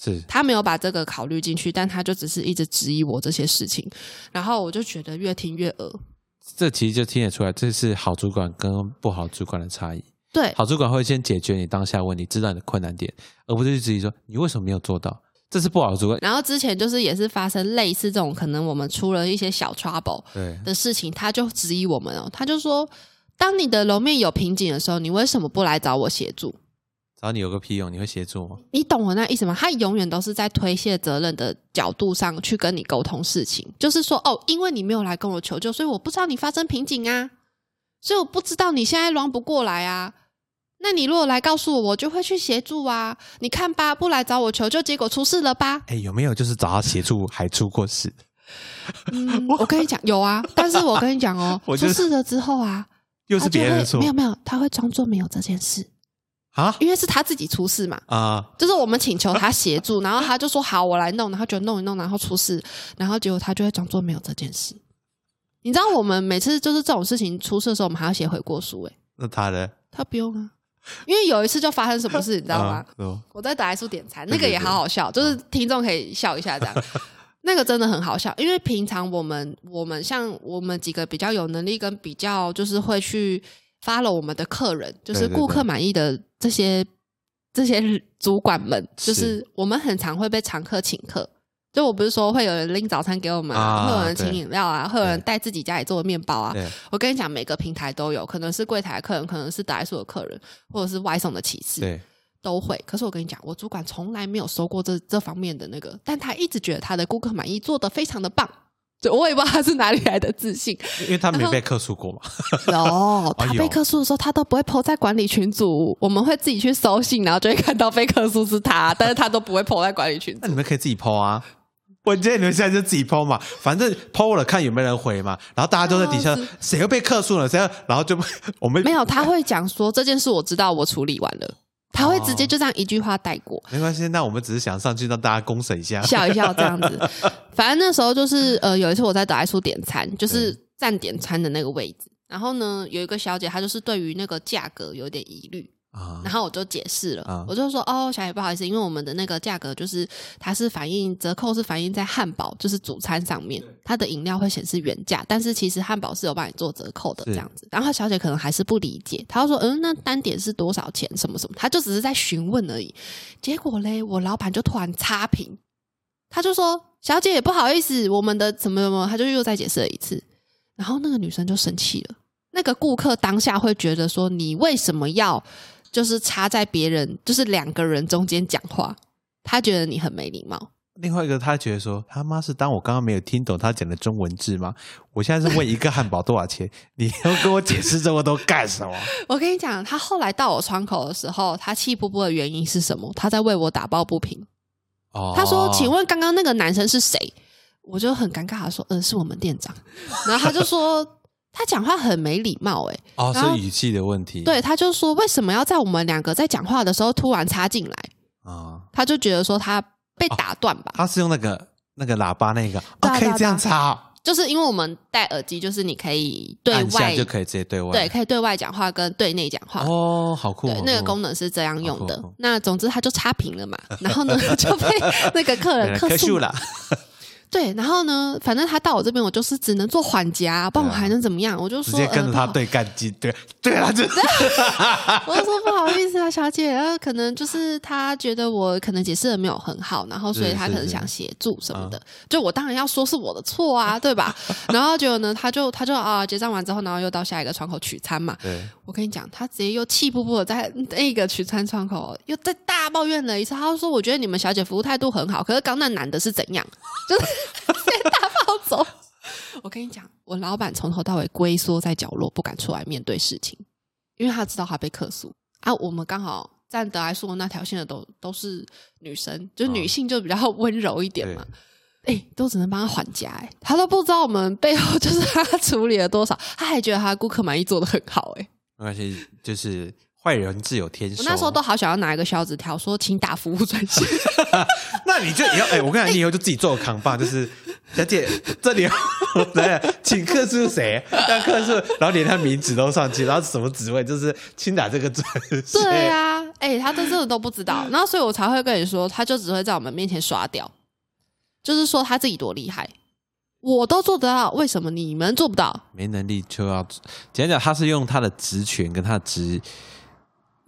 是
他没有把这个考虑进去，但他就只是一直质疑我这些事情，然后我就觉得越听越恶。
这其实就听得出来，这是好主管跟不好主管的差异。
对，
好主管会先解决你当下问题，知道你的困难点，而不是去质疑说你为什么没有做到，这是不好的主管。
然后之前就是也是发生类似这种，可能我们出了一些小 trouble
对，
的事情，他就质疑我们哦，他就说，当你的楼面有瓶颈的时候，你为什么不来找我协助？
找你有个屁用，你会协助吗？
你懂我那意思吗？他永远都是在推卸责任的角度上去跟你沟通事情，就是说，哦，因为你没有来跟我求救，所以我不知道你发生瓶颈啊，所以我不知道你现在忙不过来啊。那你如果来告诉我，我就会去协助啊。你看吧，不来找我求救，结果出事
<laughs>
了吧？
哎，有没有就是找他协助还出过事？，
嗯，我跟你讲有啊，但是我跟你讲哦
<laughs> 我就
出
是
事了之后啊，
又
他
是
啊就
别
会
人的错
没有没有，他会装作没有这件事，
啊
因为是他自己出事嘛。
啊！
就是我们请求他协助，然后他就说好，我来弄，然后就弄一弄，然后出事，然后结果他就会装作没有这件事。你知道我们每次就是这种事情出事的时候，我们还要写悔过书、欸，
那他的
他不用啊，因为有一次就发生什么事，你知
知
道吗？？
是吗
我在打来书点餐，
对
那个
对
也
对嗯
好好笑，就是听众可以笑一下这样。 <laughs> 那个真的很好笑，因为平常我们我们像我们几个比较有能力跟比较就是会去 follow 我们的客人，就是
对对
顾客
对
满意的这些这些主管们，就是是我们很常会被常客请客。就我不是说会有人拎早餐给我们啊，
啊
会有人请
对
饮料啊，会有人
对
带自己家里做的面包啊。
对，
我跟你讲，每个平台都有，可能是柜台的客人，可能是打来数的客人，或者是外送的骑士。
对，
都会。可是我跟你讲，我主管从来没有收过这这方面的那个，但他一直觉得他的顾客满意做的非常的棒。就我也不知道他是哪里来的
<laughs>
自信。
因为他没被克诉过嘛。
有，他
哎呦
被客诉的时候，他都不会 PO 在管理群组，我们会自己去搜信，然后就会看到被客诉是他，但是他都不会 PO 在管理群
那 <laughs>
组。
你们可以自己剖啊。我建议你们现在就自己剖嘛，反正剖了看有没有人回嘛，然后大家都在底下
哦是，
谁又被克诉了，谁又，然后就 <laughs> 我们
没有，他会讲说这件事我知道，我处理完了。他会
哦
直接就这样一句话带过。
没关系，那我们只是想上去让大家公审一下，
<laughs> 笑一笑这样子。反正那时候就是呃，有一次我在打一处点餐，就是站点餐的那个位置。然后呢，有一个小姐她就是对于那个价格有点疑虑，
啊
然后我就解释了，
啊
我就说哦，小姐不好意思，因为我们的那个价格就是它是反映折扣是反映在汉堡就是主餐上面，它的饮料会显示原价，但是其实汉堡是有帮你做折扣的
是
这样子。然后小姐可能还是不理解，她就说嗯，那单点是多少钱什么什么，她就只是在询问而已。结果嘞，我老板就突然差评，他就说小姐不好意思，我们的怎么怎么，他就又再解释了一次。然后那个女生就生气了。那个顾客当下会觉得说，你为什么要就是插在别人，就是两个人中间讲话？他觉得你很没礼貌。
另外一个他觉得说，他妈是当我刚刚没有听懂他讲的中文字吗？我现在是问一个汉堡多少钱， <laughs> 你要跟我解释这么多干什么？
我跟你讲，他后来到我窗口的时候，他气不不的原因是什么？他在为我打抱不平。
哦
他说：“请问刚刚那个男生是谁？”我就很尴尬的说：“嗯、是我们
<laughs>
店长。”然后他就说：“他讲话很没礼貌、欸，
哦，
然后
是语气的问题，
对，他就说为什么要在我们两个在讲话的时候突然插进来？
啊，
他就觉得说他被打断吧。
他是用那个那个喇叭那个，
对啊
哦，可
对
以
啊
这样插哦，
就是因为我们戴耳机，就是你可以对
按下
外
就可以直接对外。
对，可以对外讲话跟对内讲话。
哦，好酷！
对
好，
那个
酷
功能是这样用的。
好酷好酷
那总之他就差评了嘛，然后呢就被 <laughs> 那个客人
原来
客
客
诉
诉
嘛。
啦，
对，然后呢，反正他到我这边，我就是只能做缓夹，不然我
对啊
还能怎么样？我就
<laughs> 直
说
接跟着他
呃
对干机，
<laughs>
对对啊，这
我就说不好意思啊，小姐，呃，可能就是他觉得我可能解释的没有很好，然后所以
是
他
是
可能
是啊
想协助什么的，就我当然要说是我的错啊，对吧？ <laughs> 然后结果呢，他就他就啊结账完之后，然后又到下一个窗口取餐嘛。
对，
我跟你讲，他直接又气噗噗的在那个取餐窗口又再大抱怨了一次，他就说我觉得你们小姐服务态度很好，可是刚那男的是怎样， <laughs> 就是直接大暴走。 <laughs> 我跟你讲，我老板从头到尾龟缩在角落，不敢出来面对事情。因为他知道他被客诉啊。我们刚好站得来说那条线的都都是女生，就是女性就比较温柔一点嘛。哎、都只能帮他缓夹、哎，他都不知道我们背后 <laughs> 就是他处理了多少，他还觉得他顾客满意做的很好、哎，
没关系，就是坏人自有天
我
收。
那时候都好想要拿一个小纸条说，请打服务专线。
<laughs> 那你就以
<laughs>
后，哎、我跟你讲，你以后就自己做个扛把，就是小姐这里， <laughs> 对，请客诉谁？ <laughs> 但客诉，然后连他名字都上去，然后什么职位，就是轻打这个专线。
对，啊，哎、他这真的都不知
嗯
道，然后所以我才会跟你说，他就只会在我们面前刷掉，就是说他自己多厉害，我都做得到，为什么你们做不到？
没能力就要，简单讲，他是用他的职权跟他的职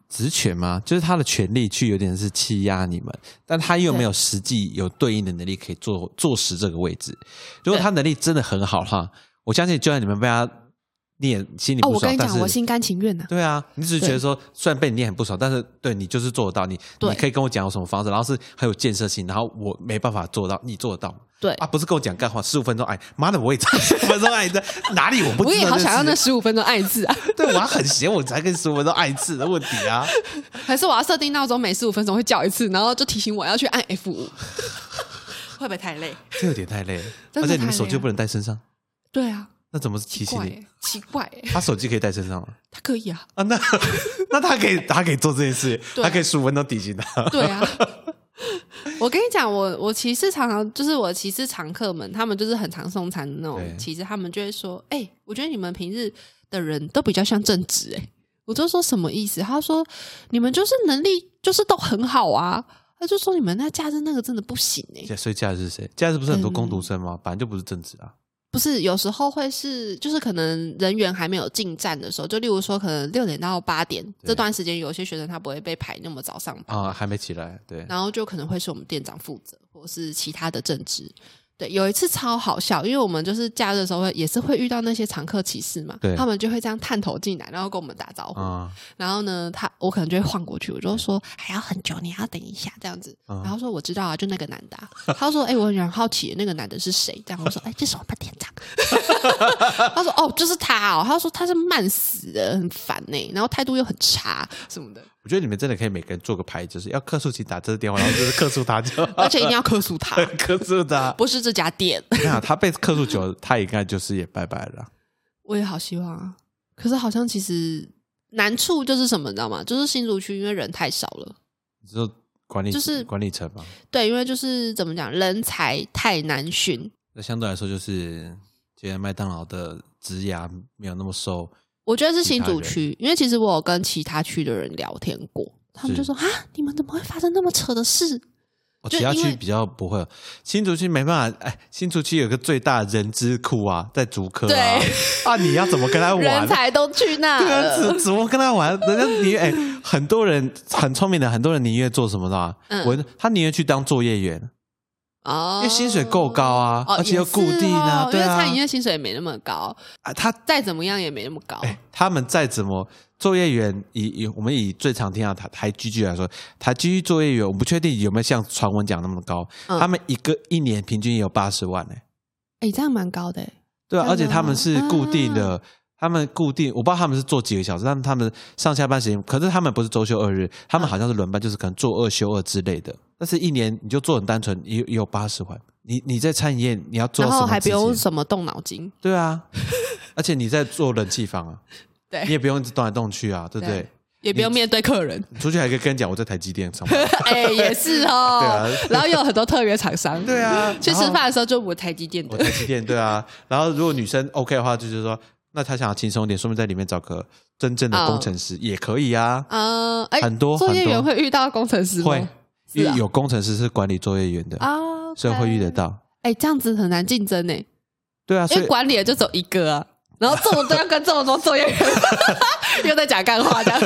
职权吗？就是他的权利去有点是欺压你们，但他又没有实际有对应的能力可以坐坐实这个位置。如果他能力真的很好的话，我相信就算你们被他念，心里
哦，
不
我
爽，
跟你
但
讲，
是
我心甘情愿 <laughs> 呐、
对啊，你只是觉得说，虽然被你念很不爽，但是对你就是做得到，你你
对
可以跟我讲有什么方式，然后是很有建设性，然后我没办法做到，你做得到吗
对
啊，不是跟我讲干话，十五分钟，哎，妈的，我也
<laughs>
才十五分钟，哎，这哪里我不知道
我也好想要
<laughs>
那
这是
十五分钟爱字
<laughs>
啊，
对，我要很闲，我才跟十五分钟按一次的问题啊，
还是我要设定闹钟每十五分钟会叫一次，然后就提醒我要去按 F
<laughs>
五，会不会太累？
这有点太累了，
真的
而且你
太
们
累
手机又
了
不能带身上，
对啊，
那怎么提
奇
醒
怪、
你？
欸，奇怪、欸，
他手机可以带身上吗？
他可以啊，
啊，那 <laughs> 那他可以，他可以做这件事，
对啊
他可以十五分钟提醒他。 <laughs>
<laughs> 对啊。我跟你讲，我我骑士常常就是我骑士常客们，他们就是很常送餐的那
对
种骑士，他们就会说：“哎、我觉得你们平日的人都比较像正直。”哎，我就说什么意思？他说：“你们就是能力就是都很好啊。”他就说：“你们那假日那个真的不行哎、
所以假日是谁？假日不是很多
嗯
工读生吗？本来就不是正职啊。
不是，有时候会是，就是可能人员还没有进站的时候，就例如说，可能六点到八点这段时间，有些学生他不会被排那么早上班，
啊、还没起来，对，
然后就可能会是我们店长负责，或是其他的正职。对，有一次超好笑，因为我们就是假日的时候会也是会遇到那些常客骑士嘛
对，
他们就会这样探头进来，然后跟我们打招呼。
啊、
然后呢，他我可能就会晃过去，我就说还要很久，你要等一下这样子。
嗯
然后说我知道啊，就那个男的、啊。他说哎、我很好奇那个男的是谁？这样我说哎、这是我们店长。 <laughs> 他说哦，就是他哦。他说他是慢死的，很烦呢、然后态度又很差什
<laughs>
么的，
我觉得你们真的可以每个人做个牌，就是要客诉请打这个电话，然后就是客诉他就，
而且一定要克诉
<laughs>
他，
客诉他。
不是这家店。
你看他被客诉久了，他应该就是也拜拜了。
我也好希望啊，可是好像其实难处就是什么，你知道吗？就是新竹区因为人太少了。
你说管理
就是
管理层嘛，
对，因为就是怎么讲，人才太难寻，
那相对来说就是，觉得麦当劳的职涯没有那么瘦，
我觉得是
其
新
他
竹
人
区，因为其实我有跟其他区的人聊天过，他们
是
就说啊，你们怎么会发生那么扯的事？
哦
就
其他
因
区
为
比较不会。新竹区没办法，哎，新竹区有个最大的人资库啊，在竹科啊，啊，你要怎么跟他玩
人？才都去
<laughs>
那
对啊，
了，
怎怎么跟他玩？人家你哎、
<laughs>
很多人很聪明的，很多人宁愿做什么啦？
嗯
我他宁愿去当作业员，
哦，
因为薪水够高啊，
哦，
而且又固定啊，
也是哦
对
因
啊
为餐饮业薪水也没那么高，
啊，他
再怎么样也没那么高，
哎、他们再怎么作业员，以以我们以最常听到台台 GG 来说，台 GG 作业员，我不确定有没有像传闻讲那么高，
嗯
他们一个一年平均也有八十万呢、
哎，这样蛮高的，
对啊、
真的啊
而且他们是固定的。他们固定，我不知道他们是做几个小时，但他们上下班时间，可是他们不是周休二日，他
嗯
们好像是轮班，就是可能做二休二之类的。但是一年你就做很单纯，也也有八十万。你你在餐饮业你要做
然
什么
后还不
事情
用什么动脑筋，
<laughs> 对啊，而且你在做冷气房啊，
对
你也不用一直动来动去啊，对不对？
对也不用面对客人。
出去还可以跟你讲 <laughs> 我在台积电上班。
哎、也是 <laughs> 哦。
对啊
<laughs> 然后又有很多特约厂商。
对啊，
<laughs> 去吃
然后
饭的时候就我台积电
我
的，
台积电对啊，然后如果女生 OK 的话，就是说，那她想要轻松一点，说不定在里面找个真正的工程
哦
师也可以啊。
嗯，哎、
很多
作业员
很多
会遇到工程师吗？
会，因
是啊
为有工程师是管理作业员的，
啊，
所以会遇得。到。
哎、这样子很难竞争呢、
对啊，
因
所
为
以
管理的就只有一个啊，然后这么多要跟这么多作业员， <laughs> 又在讲
<laughs>
干话这样。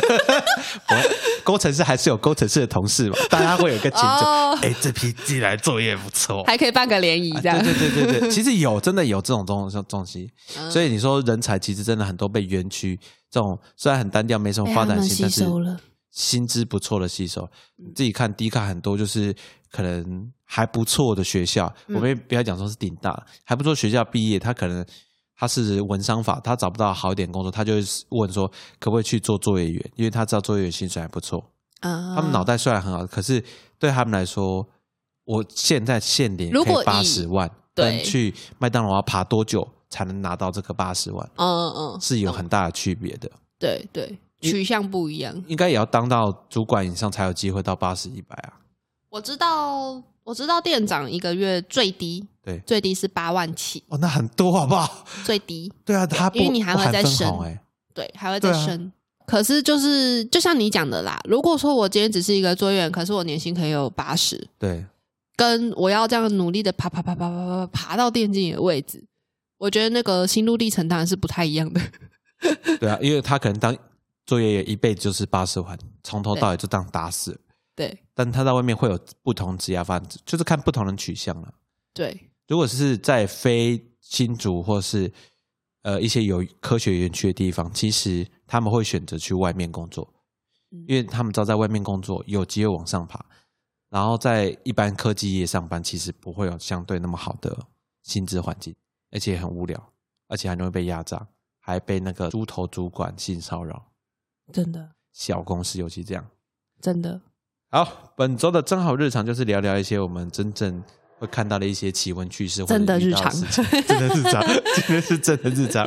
<laughs>
我工程师还是有工程师的同事嘛，大家会有一个竞争。
哦，
哎，这批进来作业不错。
还可以办个联谊
啊
这样。
对对对对
<laughs>
对，其实有真的有这种东东西，
嗯
所以你说人才其实真的很多被园区这种虽然很单调没什么
哎
被
发
哎他
展
们
性，
吸
但是
收了。
薪资不错的吸收。
嗯
你自己看低卡很多就是可能还不错的学校，
嗯
我们也不要讲说是顶大，还不错学校毕业，他可能他是文商法，他找不到好一点工作，他就会问说可不可以去做作业员，因为他知道作业员薪水还不错。
他
他们脑袋虽然很好，可是对他们来说，我现在现领
如果以
八十万，
对
跟去麦当劳要爬多久才能拿到这个八十万，
嗯嗯，
是有很大的区别的。
对对，取向不一样。
应该也要当到主管以上才有机会到八十一百啊。
我知道，我知道店长一个月最低
对，
最低是八万起，
哦，那很多好不
<laughs>
好？
最低
对啊，他不
因为你还会
不含
再
分
升
红哎、
对还会再
对啊
升。可是就是就像你讲的啦，如果说我今天只是一个作业员，可是我年薪可以有八十，
对，
跟我要这样努力的爬爬爬爬爬爬爬爬到电竞椅的位置，我觉得那个心路历程当然是不太一样的。
对啊，因为他可能当作业员一辈子就是八十万，从头
对
到尾就当打死了，
对
但他在外面会有不同职业发展，就是看不同人取向了。
对，
如果是在非新竹或是呃一些有科学园区的地方，其实他们会选择去外面工作，
嗯
因为他们知道在外面工作有机会往上爬，然后在一般科技业上班，其实不会有相对那么好的薪资环境，而且很无聊，而且还容易被压榨，还被那个猪头主管性骚扰。
真的
小公司尤其这样。
真的，
好，本周的真好日常就是聊聊一些我们真正会看到的一些奇闻趣事，或者
真的
遇
日
到
常
事情真的日常，今天是真的日常。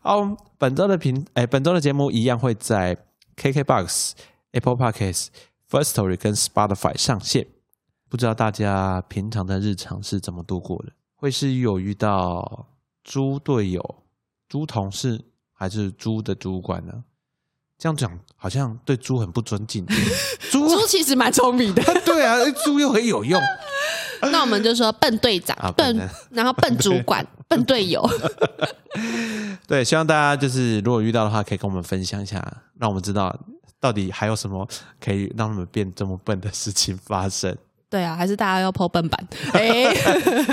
好，本周的频哎，本周的节目一样会在 KKBox、Apple Podcasts、First Story 跟 Spotify 上线。不知道大家平常的日常是怎么度过的？会是有遇到猪队友、猪同事，还是猪的主管呢？这样讲好像对猪很不尊敬。猪
<laughs> 猪其实蛮聪明的。
对啊，猪又很有用。
<laughs> 那我们就说笨队长、
啊笨
笨
队，
然后笨主
<laughs>
管、笨队友。
对，希望大家就是如果遇到的话，可以跟我们分享一下，让我们知道到底还有什么可以让他们变这么笨的事情发生。
<laughs> 对啊，还是大家要破笨 <laughs> 版。哎、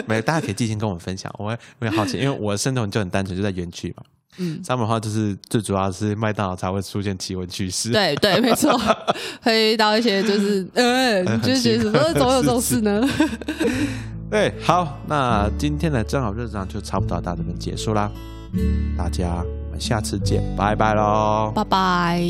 没有，大家可以进行跟我们分享，我会我很好奇，因为我的生存就很单纯，就在园区嘛。
嗯，
他们的话就是最主要是麦当劳才会出现奇闻趣事。
对对，没错，会遇到一些就是嗯，
很
就是觉得
奇
怎
怪
么
的
总有这种事呢？
对，好，那今天的正好日常就差不多到这边结束啦，大家我们下次见，拜拜喽。
拜拜。